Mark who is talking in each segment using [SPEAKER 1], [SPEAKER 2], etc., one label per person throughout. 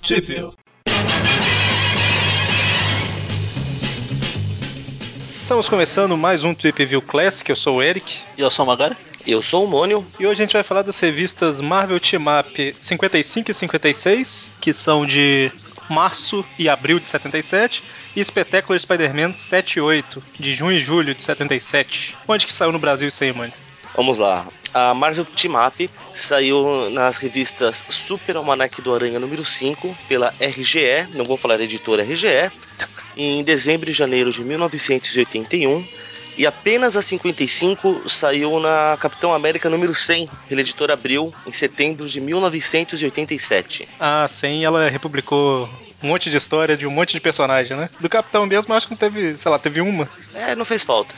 [SPEAKER 1] Possível.
[SPEAKER 2] Estamos começando mais um Trip View Classic, eu sou o Eric.
[SPEAKER 3] E eu sou o Magari.
[SPEAKER 4] Eu sou o Mônio.
[SPEAKER 2] E hoje a gente vai falar das revistas Marvel Team Up 55 e 56, que são de março e abril de 77, e Spectacular Spider-Man 7 e 8, de junho e julho de 77. Onde que saiu no Brasil isso aí, mano?
[SPEAKER 4] Vamos lá. A Marvel Team Up saiu nas revistas Super Almanac do Aranha número 5 pela RGE, não vou falar editora RGE, em dezembro e janeiro de 1981. E apenas a 55 saiu na Capitão América número 100, pela editora Abril, em setembro de 1987.
[SPEAKER 2] Ah, sim, ela republicou um monte de história de um monte de personagem, né? Do Capitão mesmo, eu acho que não teve, sei lá, teve uma.
[SPEAKER 4] É, não fez falta.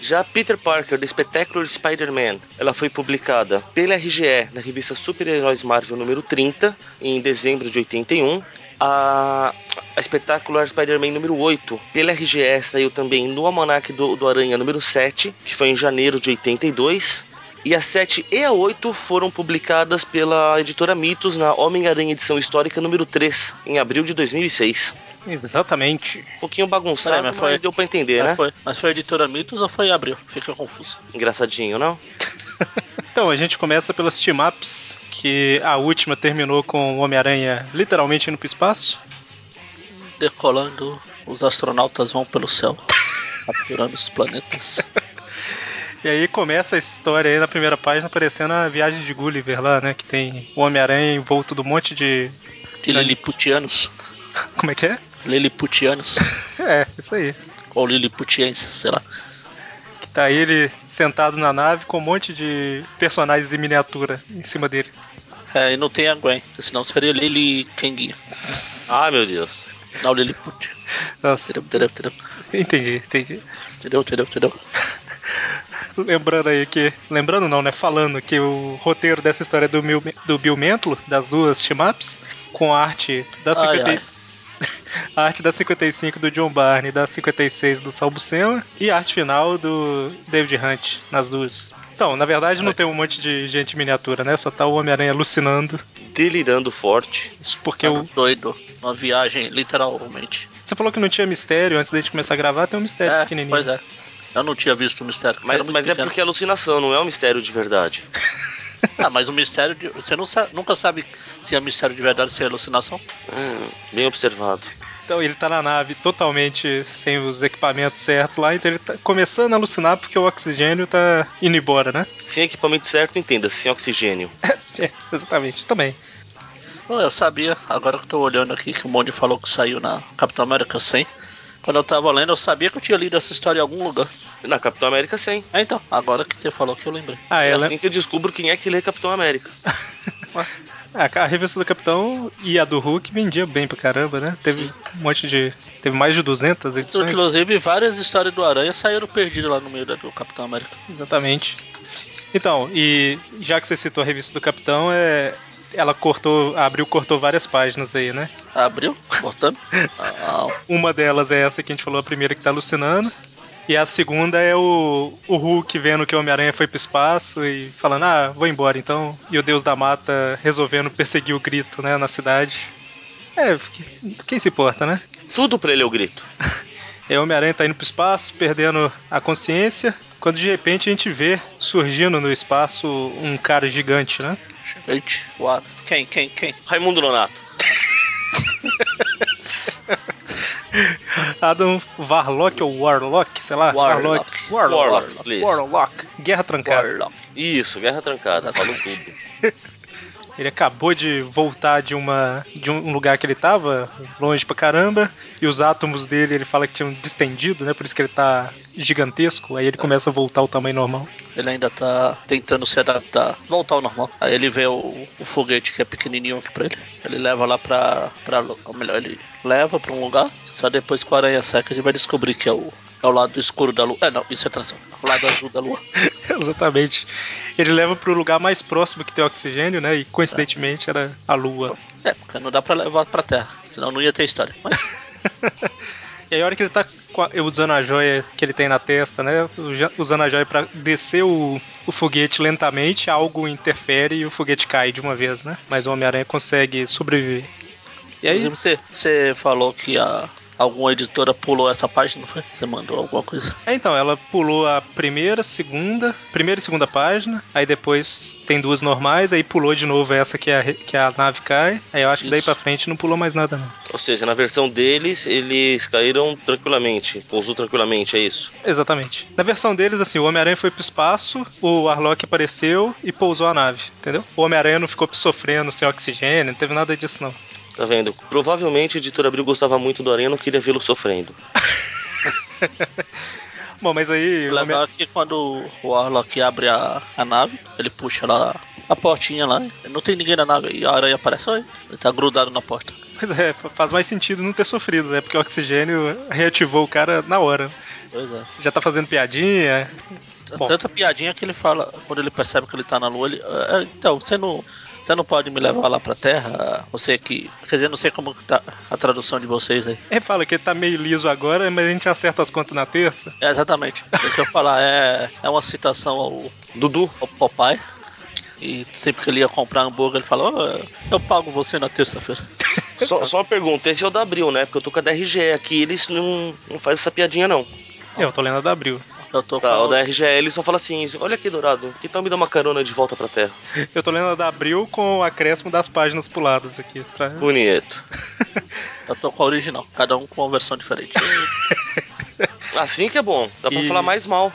[SPEAKER 4] Já Peter Parker, The Spectacular Spider-Man, ela foi publicada pela RGE na revista Super-Heróis Marvel número 30, em dezembro de 81. A, a Espetacular Spider-Man número 8, pela RGE, saiu também no Almanac do, do Aranha número 7, que foi em janeiro de 82. E a 7 e a 8 foram publicadas pela editora Mitos na Homem-Aranha Edição Histórica número 3, em abril de 2006.
[SPEAKER 2] Exatamente.
[SPEAKER 4] Um pouquinho bagunçado,
[SPEAKER 3] Peraí,
[SPEAKER 4] mas,
[SPEAKER 3] mas foi-
[SPEAKER 4] deu pra entender,
[SPEAKER 3] Mas
[SPEAKER 4] né?
[SPEAKER 3] foi, mas foi a editora Mitos ou foi a Abril? Fica confuso.
[SPEAKER 4] Engraçadinho, não?
[SPEAKER 2] Então, a gente começa pelas team-ups, que a última terminou com o Homem-Aranha literalmente indo pro espaço.
[SPEAKER 3] Decolando, os astronautas vão pelo céu, capturando os planetas.
[SPEAKER 2] E aí começa a história aí na primeira página aparecendo a viagem de Gulliver lá, né? Que tem o Homem-Aranha envolto de um monte de.
[SPEAKER 3] De liliputianos.
[SPEAKER 2] Como é que é?
[SPEAKER 3] Liliputianos.
[SPEAKER 2] É, isso aí.
[SPEAKER 3] Ou liliputienses, sei lá.
[SPEAKER 2] Que tá ele sentado na nave com um monte de personagens em miniatura em cima dele.
[SPEAKER 3] É, e não tem a Gwen, porque senão seria Lili Kenguinha.
[SPEAKER 4] Ah, meu Deus.
[SPEAKER 3] Não, Liliput.
[SPEAKER 2] Nossa,
[SPEAKER 3] Entendeu, entendeu, entendeu?
[SPEAKER 2] entendi, entendi.
[SPEAKER 3] Entendeu, entendeu, entendeu?
[SPEAKER 2] Lembrando aí que. Lembrando não, né? Falando que o roteiro dessa história é do, Mil, do Bill Mantlo, das duas team-ups, com a arte da
[SPEAKER 3] Ai,
[SPEAKER 2] 50
[SPEAKER 3] ai.
[SPEAKER 2] A arte da 55 do John Barney, da 56 do Sal Buscema e a arte final do David Hunt, nas duas. Então, na verdade não tem um monte de gente em miniatura, né? Só tá o Homem-Aranha alucinando.
[SPEAKER 4] Delirando forte.
[SPEAKER 2] Isso porque
[SPEAKER 3] Tá
[SPEAKER 2] o...
[SPEAKER 3] Doido. Uma viagem, literalmente.
[SPEAKER 2] você falou que não tinha mistério antes da gente começar a gravar, tem um mistério
[SPEAKER 3] É,
[SPEAKER 2] pequenininho.
[SPEAKER 3] pois é. Eu não tinha visto o mistério.
[SPEAKER 4] Mas,
[SPEAKER 3] era muito
[SPEAKER 4] mas é
[SPEAKER 3] pequeno.
[SPEAKER 4] porque é alucinação, não é um mistério de verdade.
[SPEAKER 3] Ah, mas o mistério de. Você não sa- nunca sabe se é mistério de verdade ou se é alucinação.
[SPEAKER 4] Hum, bem observado.
[SPEAKER 2] Então ele tá na nave totalmente sem os equipamentos certos lá, então ele tá começando a alucinar porque o oxigênio tá indo embora, né?
[SPEAKER 4] Sem equipamento certo, entenda, sem oxigênio.
[SPEAKER 2] É, exatamente, também.
[SPEAKER 3] Não, eu sabia, agora que eu tô olhando aqui que o Mondi falou que saiu na Capitão América 100. Quando eu tava lendo, eu sabia que eu tinha lido essa história em algum lugar.
[SPEAKER 4] Na Capitão América, sim.
[SPEAKER 3] Ah, então, agora que você falou que eu lembrei.
[SPEAKER 2] Ah,
[SPEAKER 4] É
[SPEAKER 2] ela,
[SPEAKER 4] assim que eu descubro quem é que lê Capitão América.
[SPEAKER 2] a, a revista do Capitão e a do Hulk vendia bem pra caramba, né? Teve
[SPEAKER 3] Sim.
[SPEAKER 2] um monte de. Teve mais de 200 edições.
[SPEAKER 3] Inclusive, várias histórias do Aranha saíram perdidas lá no meio da do Capitão América.
[SPEAKER 2] Exatamente. Então, e já que você citou a revista do Capitão, é. Ela cortou, abriu, cortou várias páginas aí, né?
[SPEAKER 3] Abriu? Voltando? Ah,
[SPEAKER 2] Uma delas é essa que a gente falou, a primeira que tá alucinando. E a segunda é o, o Hulk vendo que o Homem-Aranha foi pro espaço e falando, ah, vou embora então. E o Deus da Mata resolvendo perseguir o grito, né, na cidade. É, que- quem se importa, né?
[SPEAKER 4] Tudo pra ele é o grito.
[SPEAKER 2] E aí o Homem-Aranha tá indo pro espaço, perdendo a consciência, quando de repente a gente vê surgindo no espaço um cara gigante, né?
[SPEAKER 3] gigante. Uau. Quem, quem, quem?
[SPEAKER 4] Raimundo Nonato.
[SPEAKER 2] Adam Warlock ou Ah, Warlock, sei lá.
[SPEAKER 3] Warlock.
[SPEAKER 2] Warlock.
[SPEAKER 4] Warlock,
[SPEAKER 2] Warlock.
[SPEAKER 4] please.
[SPEAKER 2] Warlock. Guerra trancada.
[SPEAKER 3] Warlock.
[SPEAKER 4] Isso, guerra trancada, falou tudo.
[SPEAKER 2] Ele acabou de voltar de uma de um lugar que ele tava, longe pra caramba, e os átomos dele ele fala que tinham distendido, né? Por isso que ele tá gigantesco, aí ele começa a voltar ao tamanho normal.
[SPEAKER 3] Ele ainda tá tentando se adaptar, voltar ao normal. Aí ele vê o, o foguete que é pequenininho aqui pra ele. Ele leva lá pra. pra ou melhor, ele leva pra um lugar. Só depois com a aranha seca ele vai descobrir que é o, é o lado escuro da lua. É, não, isso é transição. O lado azul da lua.
[SPEAKER 2] Exatamente. Ele leva pro lugar mais próximo que tem oxigênio, né? E coincidentemente era a lua.
[SPEAKER 3] É, porque não dá pra levar pra terra, senão não ia ter história. Mas
[SPEAKER 2] E aí a hora que ele tá com a- usando a joia que ele tem na testa, né? uja- Usando a joia pra descer o, o foguete lentamente, algo interfere e o foguete cai de uma vez, né? Mas o Homem-Aranha consegue sobreviver. E aí,
[SPEAKER 3] Inclusive, você, você falou que a, alguma editora pulou essa página, não foi? Você mandou alguma coisa?
[SPEAKER 2] É, então, ela pulou a primeira, segunda, primeira e segunda página, aí depois tem duas normais, aí pulou de novo essa que é a, re- que a nave cai, aí eu acho que daí
[SPEAKER 3] Isso.
[SPEAKER 2] pra frente não pulou mais nada não.
[SPEAKER 4] Ou seja, na versão deles, eles caíram tranquilamente, pousou tranquilamente, é isso.
[SPEAKER 2] Exatamente. Na versão deles, assim, o Homem-Aranha foi pro espaço, o Arlok apareceu e pousou a nave, entendeu? O Homem-Aranha não ficou sofrendo sem oxigênio, não teve nada disso não.
[SPEAKER 4] Tá vendo? Provavelmente a editora Abril gostava muito do Aranha, não queria vê-lo sofrendo.
[SPEAKER 2] Bom, mas aí...
[SPEAKER 3] O
[SPEAKER 2] o Homem-
[SPEAKER 3] legal é que quando o Arlock abre a, a nave, ele puxa lá a portinha lá, não tem ninguém na nave, e a aranha aparece, olha, ele tá grudado na porta.
[SPEAKER 2] Pois é, faz mais sentido não ter sofrido, né? Porque o oxigênio reativou o cara na hora.
[SPEAKER 3] Pois é.
[SPEAKER 2] Já tá fazendo piadinha,
[SPEAKER 3] T-
[SPEAKER 2] Bom.
[SPEAKER 3] Tanta piadinha que ele fala, quando ele percebe que ele tá na lua, ele. "Ah, é, então, você não. Você não pode me levar lá pra terra? Você que. Quer dizer, não sei como que tá a tradução de vocês aí.
[SPEAKER 2] Ele fala que ele tá meio liso agora, mas a gente acerta as contas na terça.
[SPEAKER 3] É, exatamente. Deixa eu falar, é, é uma citação ao,
[SPEAKER 4] Dudu,
[SPEAKER 3] ao Popeye. E sempre que ele ia comprar hambúrguer, ele falou: eu pago você na terça-feira.
[SPEAKER 4] só, só uma pergunta, esse é o da Abril, né? Porque eu tô com a da RGE aqui, eles não, não fazem essa piadinha, não.
[SPEAKER 2] É, eu tô lendo a da Abril.
[SPEAKER 3] Eu tô
[SPEAKER 4] Tá, o
[SPEAKER 3] com
[SPEAKER 4] da RGE, eles só falam assim, olha aqui, Dourado, que tal me dar uma carona de volta pra Terra?
[SPEAKER 2] Eu tô lendo a da Abril com o acréscimo das páginas puladas aqui. tá? pra-
[SPEAKER 4] Bonito.
[SPEAKER 3] Eu tô com a original, cada um com uma versão diferente.
[SPEAKER 4] Assim que é bom, dá pra
[SPEAKER 2] E-
[SPEAKER 4] falar mais mal.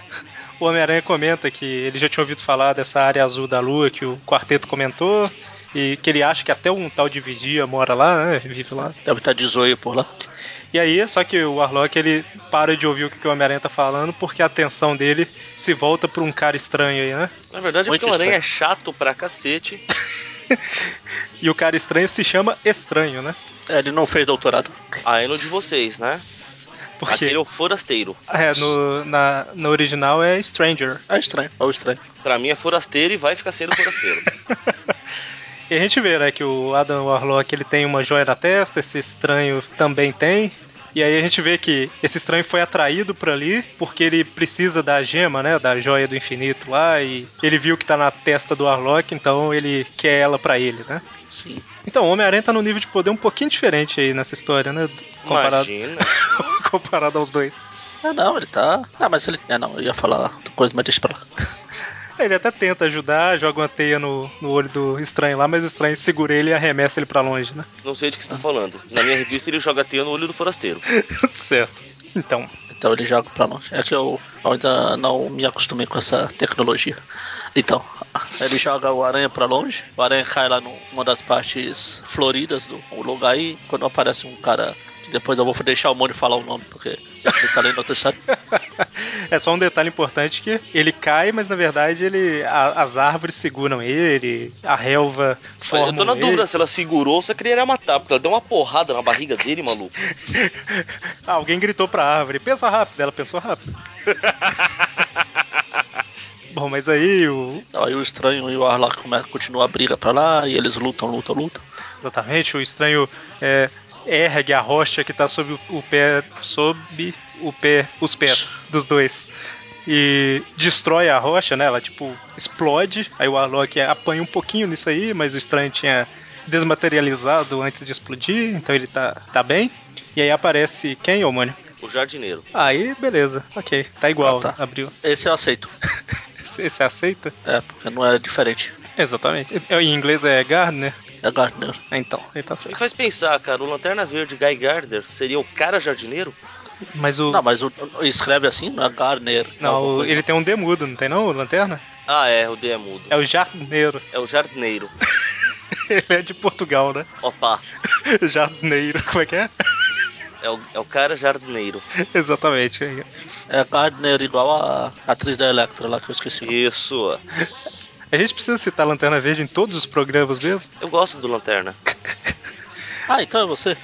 [SPEAKER 2] O Homem-Aranha comenta que ele já tinha ouvido falar dessa área azul da Lua que o quarteto comentou. E que ele acha que até um tal de Vigia mora lá, né? Vive lá.
[SPEAKER 3] Deve estar de zoio por lá.
[SPEAKER 2] E aí, só que o Arlok, ele para de ouvir o que que o Homem-Aranha tá falando, porque a atenção dele se volta pra um cara estranho aí, né?
[SPEAKER 4] Na verdade, é
[SPEAKER 3] Muito
[SPEAKER 4] porque o Aranha é chato pra cacete.
[SPEAKER 2] E o cara estranho se chama Estranho, né?
[SPEAKER 3] É, Ele não fez doutorado.
[SPEAKER 4] Aí no de vocês, né?
[SPEAKER 2] Porque
[SPEAKER 4] Aquele é o forasteiro.
[SPEAKER 2] é, no, na, no original é Stranger.
[SPEAKER 3] É estranho, é o estranho.
[SPEAKER 4] Pra mim é forasteiro e vai ficar sendo forasteiro.
[SPEAKER 2] E a gente vê, né, que o Adam Warlock ele tem uma joia na testa, esse estranho também tem. E aí a gente vê que esse estranho foi atraído pra ali porque ele precisa da gema, né, da joia do infinito lá e ele viu que tá na testa do Warlock, então ele quer ela pra ele, né?
[SPEAKER 3] Sim.
[SPEAKER 2] Então, o Homem-Aranha tá num nível de poder um pouquinho diferente aí nessa história, né? Comparado,
[SPEAKER 4] Imagina.
[SPEAKER 2] comparado aos dois.
[SPEAKER 3] Ah, não, ele tá. Ah, mas ele. Ah, não, eu ia falar outra coisa, mas deixa pra lá.
[SPEAKER 2] Ele até tenta ajudar, joga uma teia no, no olho do estranho lá, mas o estranho segura ele e arremessa ele pra longe, né?
[SPEAKER 4] Não sei de que você tá falando. Na minha revista ele joga teia no olho do forasteiro.
[SPEAKER 2] Tudo certo. Então,
[SPEAKER 3] Então ele joga pra longe. É que eu ainda não me acostumei com essa tecnologia. Então, ele joga o aranha pra longe, o aranha cai lá numa das partes floridas do lugar e quando aparece um cara. que Depois eu vou deixar o Mônio falar o nome, porque ele tá lendo outro site.
[SPEAKER 2] é só um detalhe importante que ele cai, mas na verdade ele a- as árvores seguram ele, a relva forma um
[SPEAKER 4] Eu tô na dúvida se ela segurou ou se ela queria matar, porque ela deu uma porrada na barriga dele, maluco.
[SPEAKER 2] Ah, alguém gritou pra árvore, pensa rápido, ela pensou rápido. Bom, mas aí o,
[SPEAKER 3] Então, Aí o estranho e o Arlock começam, continuam a briga pra lá e eles lutam, lutam, lutam.
[SPEAKER 2] Exatamente, o estranho é, ergue a rocha que tá sob o, o pé. sob o pé. os pés dos dois. E destrói a rocha, né? Ela tipo explode. Aí o Arlok apanha um pouquinho nisso aí, mas o estranho tinha desmaterializado antes de explodir, então ele tá, tá bem. E aí aparece quem, ô mano?
[SPEAKER 4] O jardineiro.
[SPEAKER 2] Aí, beleza, ok, tá igual,
[SPEAKER 3] Ah, tá.
[SPEAKER 2] abriu.
[SPEAKER 3] Esse eu aceito.
[SPEAKER 2] Você você aceita?
[SPEAKER 3] É, porque não é diferente.
[SPEAKER 2] Exatamente. Em inglês é Gardner?
[SPEAKER 3] É Gardner.
[SPEAKER 2] Ah, Então, ele tá
[SPEAKER 4] Me
[SPEAKER 2] certo.
[SPEAKER 4] faz pensar, cara, o Lanterna Verde Guy Gardner seria o cara jardineiro?
[SPEAKER 2] Mas o.
[SPEAKER 3] Não, mas o, o- escreve assim, não é Gardner. alguma
[SPEAKER 2] não, o-
[SPEAKER 3] coisa.
[SPEAKER 2] ele tem um demudo, não tem não, o lanterna?
[SPEAKER 4] Ah, é, o D é mudo.
[SPEAKER 2] É o jardineiro.
[SPEAKER 4] É o jardineiro.
[SPEAKER 2] Ele é de Portugal, né?
[SPEAKER 4] Opa,
[SPEAKER 2] Jardineiro, como é que é?
[SPEAKER 4] é o, é o cara jardineiro.
[SPEAKER 2] Exatamente.
[SPEAKER 3] É Gardner igual a atriz da Electra lá que eu esqueci.
[SPEAKER 4] Isso. ó.
[SPEAKER 2] A gente precisa citar a Lanterna Verde em todos os programas mesmo?
[SPEAKER 4] Eu gosto do Lanterna.
[SPEAKER 3] Ah, então é você.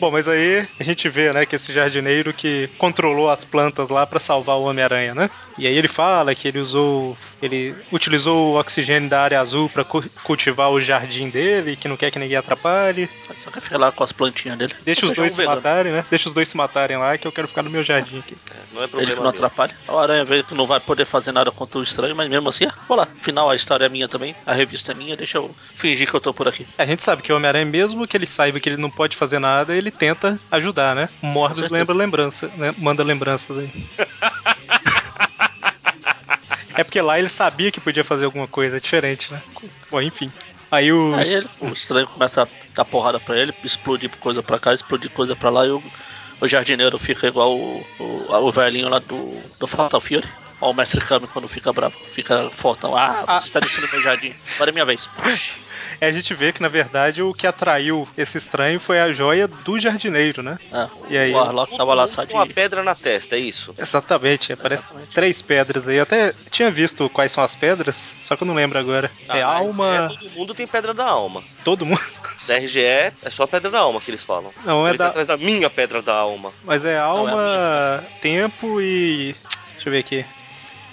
[SPEAKER 2] Bom, mas aí a gente vê, né, que esse jardineiro que controlou as plantas lá pra salvar o Homem-Aranha, né? E aí ele fala que ele usou Ele utilizou o oxigênio da área azul para cultivar o jardim dele, que não quer que ninguém atrapalhe.
[SPEAKER 3] Só quer ficar lá com as plantinhas dele.
[SPEAKER 2] Deixa
[SPEAKER 3] Ou
[SPEAKER 2] os
[SPEAKER 3] seja,
[SPEAKER 2] dois
[SPEAKER 3] um
[SPEAKER 2] se
[SPEAKER 3] vegano.
[SPEAKER 2] matarem, né? Deixa os dois se matarem lá, que eu quero ficar no meu jardim aqui.
[SPEAKER 4] Não é
[SPEAKER 3] Ele que
[SPEAKER 4] problema
[SPEAKER 3] né? não
[SPEAKER 4] meu.
[SPEAKER 3] atrapalha. A Aranha vê que não vai poder fazer nada contra o estranho, mas mesmo assim, vou lá. Afinal, a história é minha também, a revista é minha, deixa eu fingir que eu tô por aqui.
[SPEAKER 2] A gente sabe que o Homem-Aranha, mesmo que ele saiba que ele não pode fazer nada, ele tenta ajudar, né? O
[SPEAKER 3] Com
[SPEAKER 2] Morbius
[SPEAKER 3] certeza.
[SPEAKER 2] lembra lembrança, né? Manda lembranças aí. é porque lá ele sabia que podia fazer alguma coisa diferente, né? Bom, enfim. Aí o.
[SPEAKER 3] Aí ele- o estranho começa a dar porrada pra ele, explodir coisa pra cá, explodir coisa pra lá, e o, o jardineiro fica igual o, o, o velhinho lá do, do Fatal Fury. Ó, o mestre Kami quando fica bravo, fica fortão. Ah,
[SPEAKER 2] Ah.
[SPEAKER 3] você tá descendo meu jardim. Agora é minha vez. Puxa.
[SPEAKER 2] É, a gente vê que, na verdade, o que atraiu esse estranho foi a joia do jardineiro, né?
[SPEAKER 3] Ah,
[SPEAKER 2] E aí?
[SPEAKER 3] O Warlock tava lá só de.
[SPEAKER 4] Com a pedra na testa, é isso?
[SPEAKER 2] Exatamente, aparece
[SPEAKER 3] Exatamente.
[SPEAKER 2] três pedras aí. Eu até tinha visto quais são as pedras, só que eu não lembro agora. é
[SPEAKER 4] Ah, mas
[SPEAKER 2] alma,
[SPEAKER 4] é, todo mundo tem pedra da alma.
[SPEAKER 2] todo mundo.
[SPEAKER 4] Da RGE é só a pedra da alma que eles falam.
[SPEAKER 2] Não, é
[SPEAKER 4] Eles
[SPEAKER 2] da,
[SPEAKER 4] atrás da minha pedra da alma.
[SPEAKER 2] Mas é alma,
[SPEAKER 3] Não,
[SPEAKER 2] tempo e. Deixa eu ver aqui.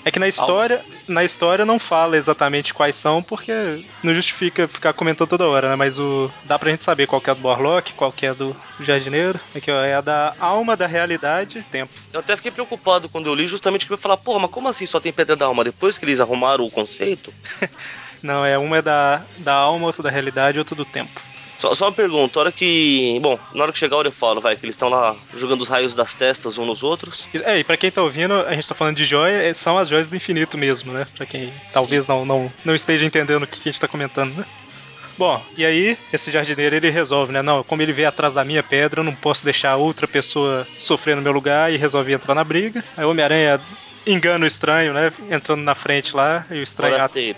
[SPEAKER 2] É que na história, na história não fala exatamente quais são, porque não justifica ficar comentando toda hora, né? Mas o dá pra gente saber qual que é do Borlock, qual que é do jardineiro. Aqui, ó, é a da alma da realidade, tempo.
[SPEAKER 4] Eu até fiquei preocupado quando eu li, justamente que eu ia falar, porra, mas como assim só tem pedra da alma? Depois que eles arrumaram o conceito?
[SPEAKER 2] Não, é uma é da, da alma, outra da realidade, outra do tempo.
[SPEAKER 4] Só, só uma pergunta, a hora que. Bom, na hora que chegar a hora eu falo, vai, que eles estão lá jogando os raios das testas uns nos outros.
[SPEAKER 2] E- É, e pra quem tá ouvindo, a gente tá falando de joia, é- são as joias do infinito mesmo, né? Pra quem talvez não, não, não esteja entendendo o que que a gente tá comentando, né? Bom, e aí esse jardineiro ele resolve, né? Não, como ele veio atrás da minha pedra, eu não posso deixar outra pessoa sofrer no meu lugar e resolve entrar na briga. Aí o Homem-Aranha engana o estranho, né? Entrando na frente lá, e o estranho
[SPEAKER 4] Forasteiro.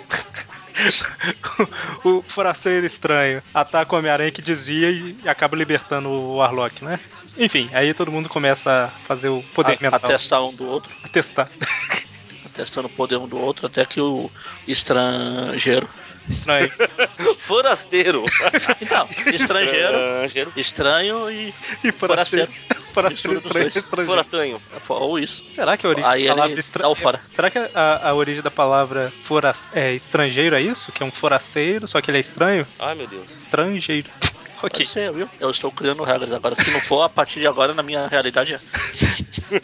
[SPEAKER 2] o forasteiro estranho ataca o Homem-Aranha que desvia e acaba libertando o Warlock, né? Enfim, aí todo mundo começa a fazer o poder
[SPEAKER 3] a, a
[SPEAKER 2] mental.
[SPEAKER 3] testar um do outro,
[SPEAKER 2] a testar.
[SPEAKER 3] testando o poder um do outro, até que o estrangeiro.
[SPEAKER 2] Estranho.
[SPEAKER 4] Forasteiro.
[SPEAKER 3] Então, estrangeiro,
[SPEAKER 4] Estrangeiro.
[SPEAKER 3] estranho e
[SPEAKER 2] E forasteiro. Forasteiro
[SPEAKER 3] Mistura dos
[SPEAKER 2] assim estranho,
[SPEAKER 3] dois.
[SPEAKER 2] estrangeiro.
[SPEAKER 4] Foratanho.
[SPEAKER 3] ou isso.
[SPEAKER 2] Será que a origem
[SPEAKER 3] Aí
[SPEAKER 2] da palavra
[SPEAKER 3] ele dá o
[SPEAKER 2] estrangeiro.
[SPEAKER 3] fora.
[SPEAKER 2] Será que a, a origem da palavra foras- é, estrangeiro é isso? Que é um forasteiro, só que ele é estranho?
[SPEAKER 4] Ai meu Deus.
[SPEAKER 2] Estrangeiro.
[SPEAKER 3] Pode
[SPEAKER 2] Ok.
[SPEAKER 3] ser, viu? Eu estou criando regras agora. Se não for, a partir de agora, na minha realidade,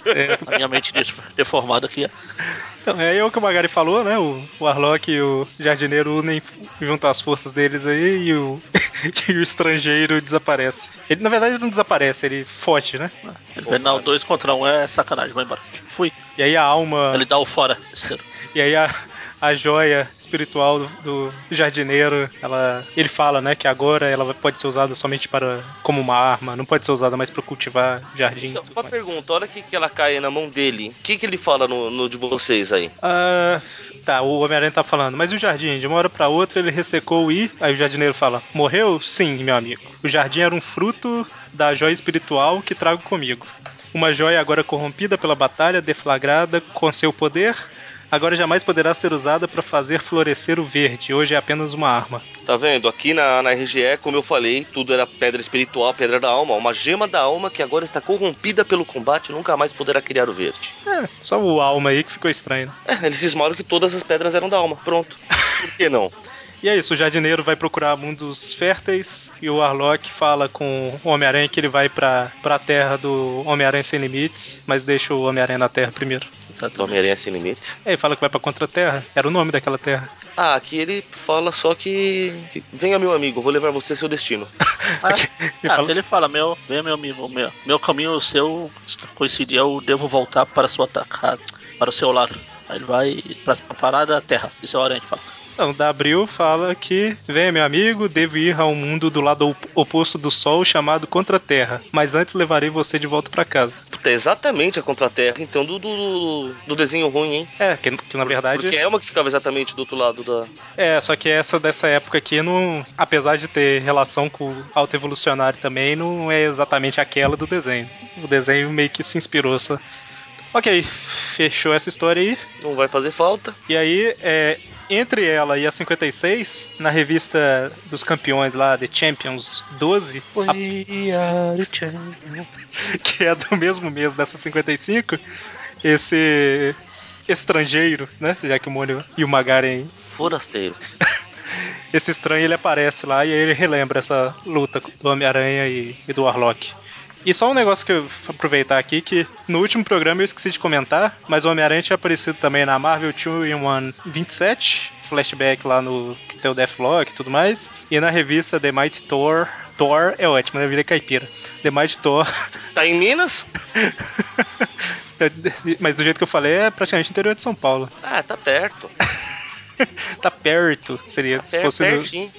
[SPEAKER 2] É.
[SPEAKER 3] a minha mente des- deformada aqui.
[SPEAKER 2] Então, é aí o que o Magari falou, né? O, o Arlok e o Jardineiro unem, juntam as forças deles aí e o, e o estrangeiro desaparece. Ele, na verdade, ele não desaparece, ele foge, né?
[SPEAKER 3] Ele vê, não, dois contra um é sacanagem, vai embora. Fui.
[SPEAKER 2] E aí a alma.
[SPEAKER 3] Ele dá o fora. Esteiro.
[SPEAKER 2] E aí a, a joia espiritual do, do jardineiro, ela, ele fala, né, que agora ela pode ser usada somente para como uma arma, não pode ser usada mais para cultivar jardim. e
[SPEAKER 4] Então,
[SPEAKER 2] tudo
[SPEAKER 4] uma
[SPEAKER 2] mais.
[SPEAKER 4] pergunta, a hora que, que ela cai na mão dele, o que, que ele fala no, no de vocês aí?
[SPEAKER 2] Ah, tá, o Homem-Aranha tá falando, mas e o jardim, de uma hora pra outra ele ressecou e aí o jardineiro fala: "Morreu? Sim, meu amigo. O jardim era um fruto da joia espiritual que trago comigo. Uma joia agora corrompida pela batalha, deflagrada com seu poder, agora jamais poderá ser usada para fazer florescer o verde. Hoje é apenas uma arma."
[SPEAKER 4] Tá vendo? Aqui na, na RGE, como eu falei, tudo era pedra espiritual, pedra da alma, uma gema da alma que agora está corrompida pelo combate e nunca mais poderá criar o verde.
[SPEAKER 2] É, só o alma aí que ficou estranho. né?
[SPEAKER 4] É, eles cismaram que todas as pedras eram da alma. Pronto. Por que não?
[SPEAKER 2] E é isso, o jardineiro vai procurar mundos férteis e o Arlok fala com o Homem-Aranha que ele vai pra, pra terra do Homem-Aranha Sem Limites, mas deixa o Homem-Aranha na terra primeiro.
[SPEAKER 3] Exatamente.
[SPEAKER 4] Homem-Aranha sem limites.
[SPEAKER 2] É, Ele fala que vai pra Contra-Terra, era o nome daquela terra.
[SPEAKER 4] Ah, aqui ele fala só que. que Venha, meu amigo, vou levar você ao seu destino.
[SPEAKER 3] Ah,
[SPEAKER 2] Ele
[SPEAKER 3] ah,
[SPEAKER 2] fala-
[SPEAKER 3] ele fala, meu, vem meu amigo, meu, meu caminho o seu coincidir, eu devo voltar para a sua ta- casa, para o seu lar. Aí ele vai para a parada terra. Isso é o Oriente, fala.
[SPEAKER 2] Então, o Dabril fala que vem, meu amigo, devo ir ao mundo do lado op- oposto do Sol chamado Contra-Terra, mas antes levarei você de volta pra casa.
[SPEAKER 4] Puta, é exatamente a Contra-Terra, então, do, do, do desenho ruim, hein?
[SPEAKER 2] É, que, que na verdade.
[SPEAKER 4] Porque é uma que ficava exatamente do outro lado da.
[SPEAKER 2] É, só que essa dessa época aqui, não, apesar de ter relação com o Alto Evolucionário também, não é exatamente aquela do desenho. O desenho meio que se inspirou só. Ok, fechou essa história aí.
[SPEAKER 4] Não vai fazer falta.
[SPEAKER 2] E aí, é, entre ela e a 56, na revista dos campeões lá, The Champions 12, a- que é do mesmo mês dessa 55, esse estrangeiro, né? Já que o Mônio e o Magaren.
[SPEAKER 4] Forasteiro.
[SPEAKER 2] Esse estranho ele aparece lá e aí ele relembra essa luta do Homem-Aranha e, e do Warlock. E só um negócio que eu vou aproveitar aqui, que no último programa eu esqueci de comentar, mas o Homem-Aranha tinha aparecido também na Marvel 2 in 1 27, flashback lá no que tem o Deathlock e tudo mais, e na revista The Mighty Thor, Thor é ótimo, né? Vira caipira. The Mighty Thor,
[SPEAKER 4] Tá em Minas?
[SPEAKER 2] mas do jeito que eu falei, é praticamente interior de São Paulo.
[SPEAKER 4] Ah, tá perto.
[SPEAKER 2] tá perto, seria, se
[SPEAKER 4] Per-
[SPEAKER 2] fosse no,
[SPEAKER 4] Tá pertinho.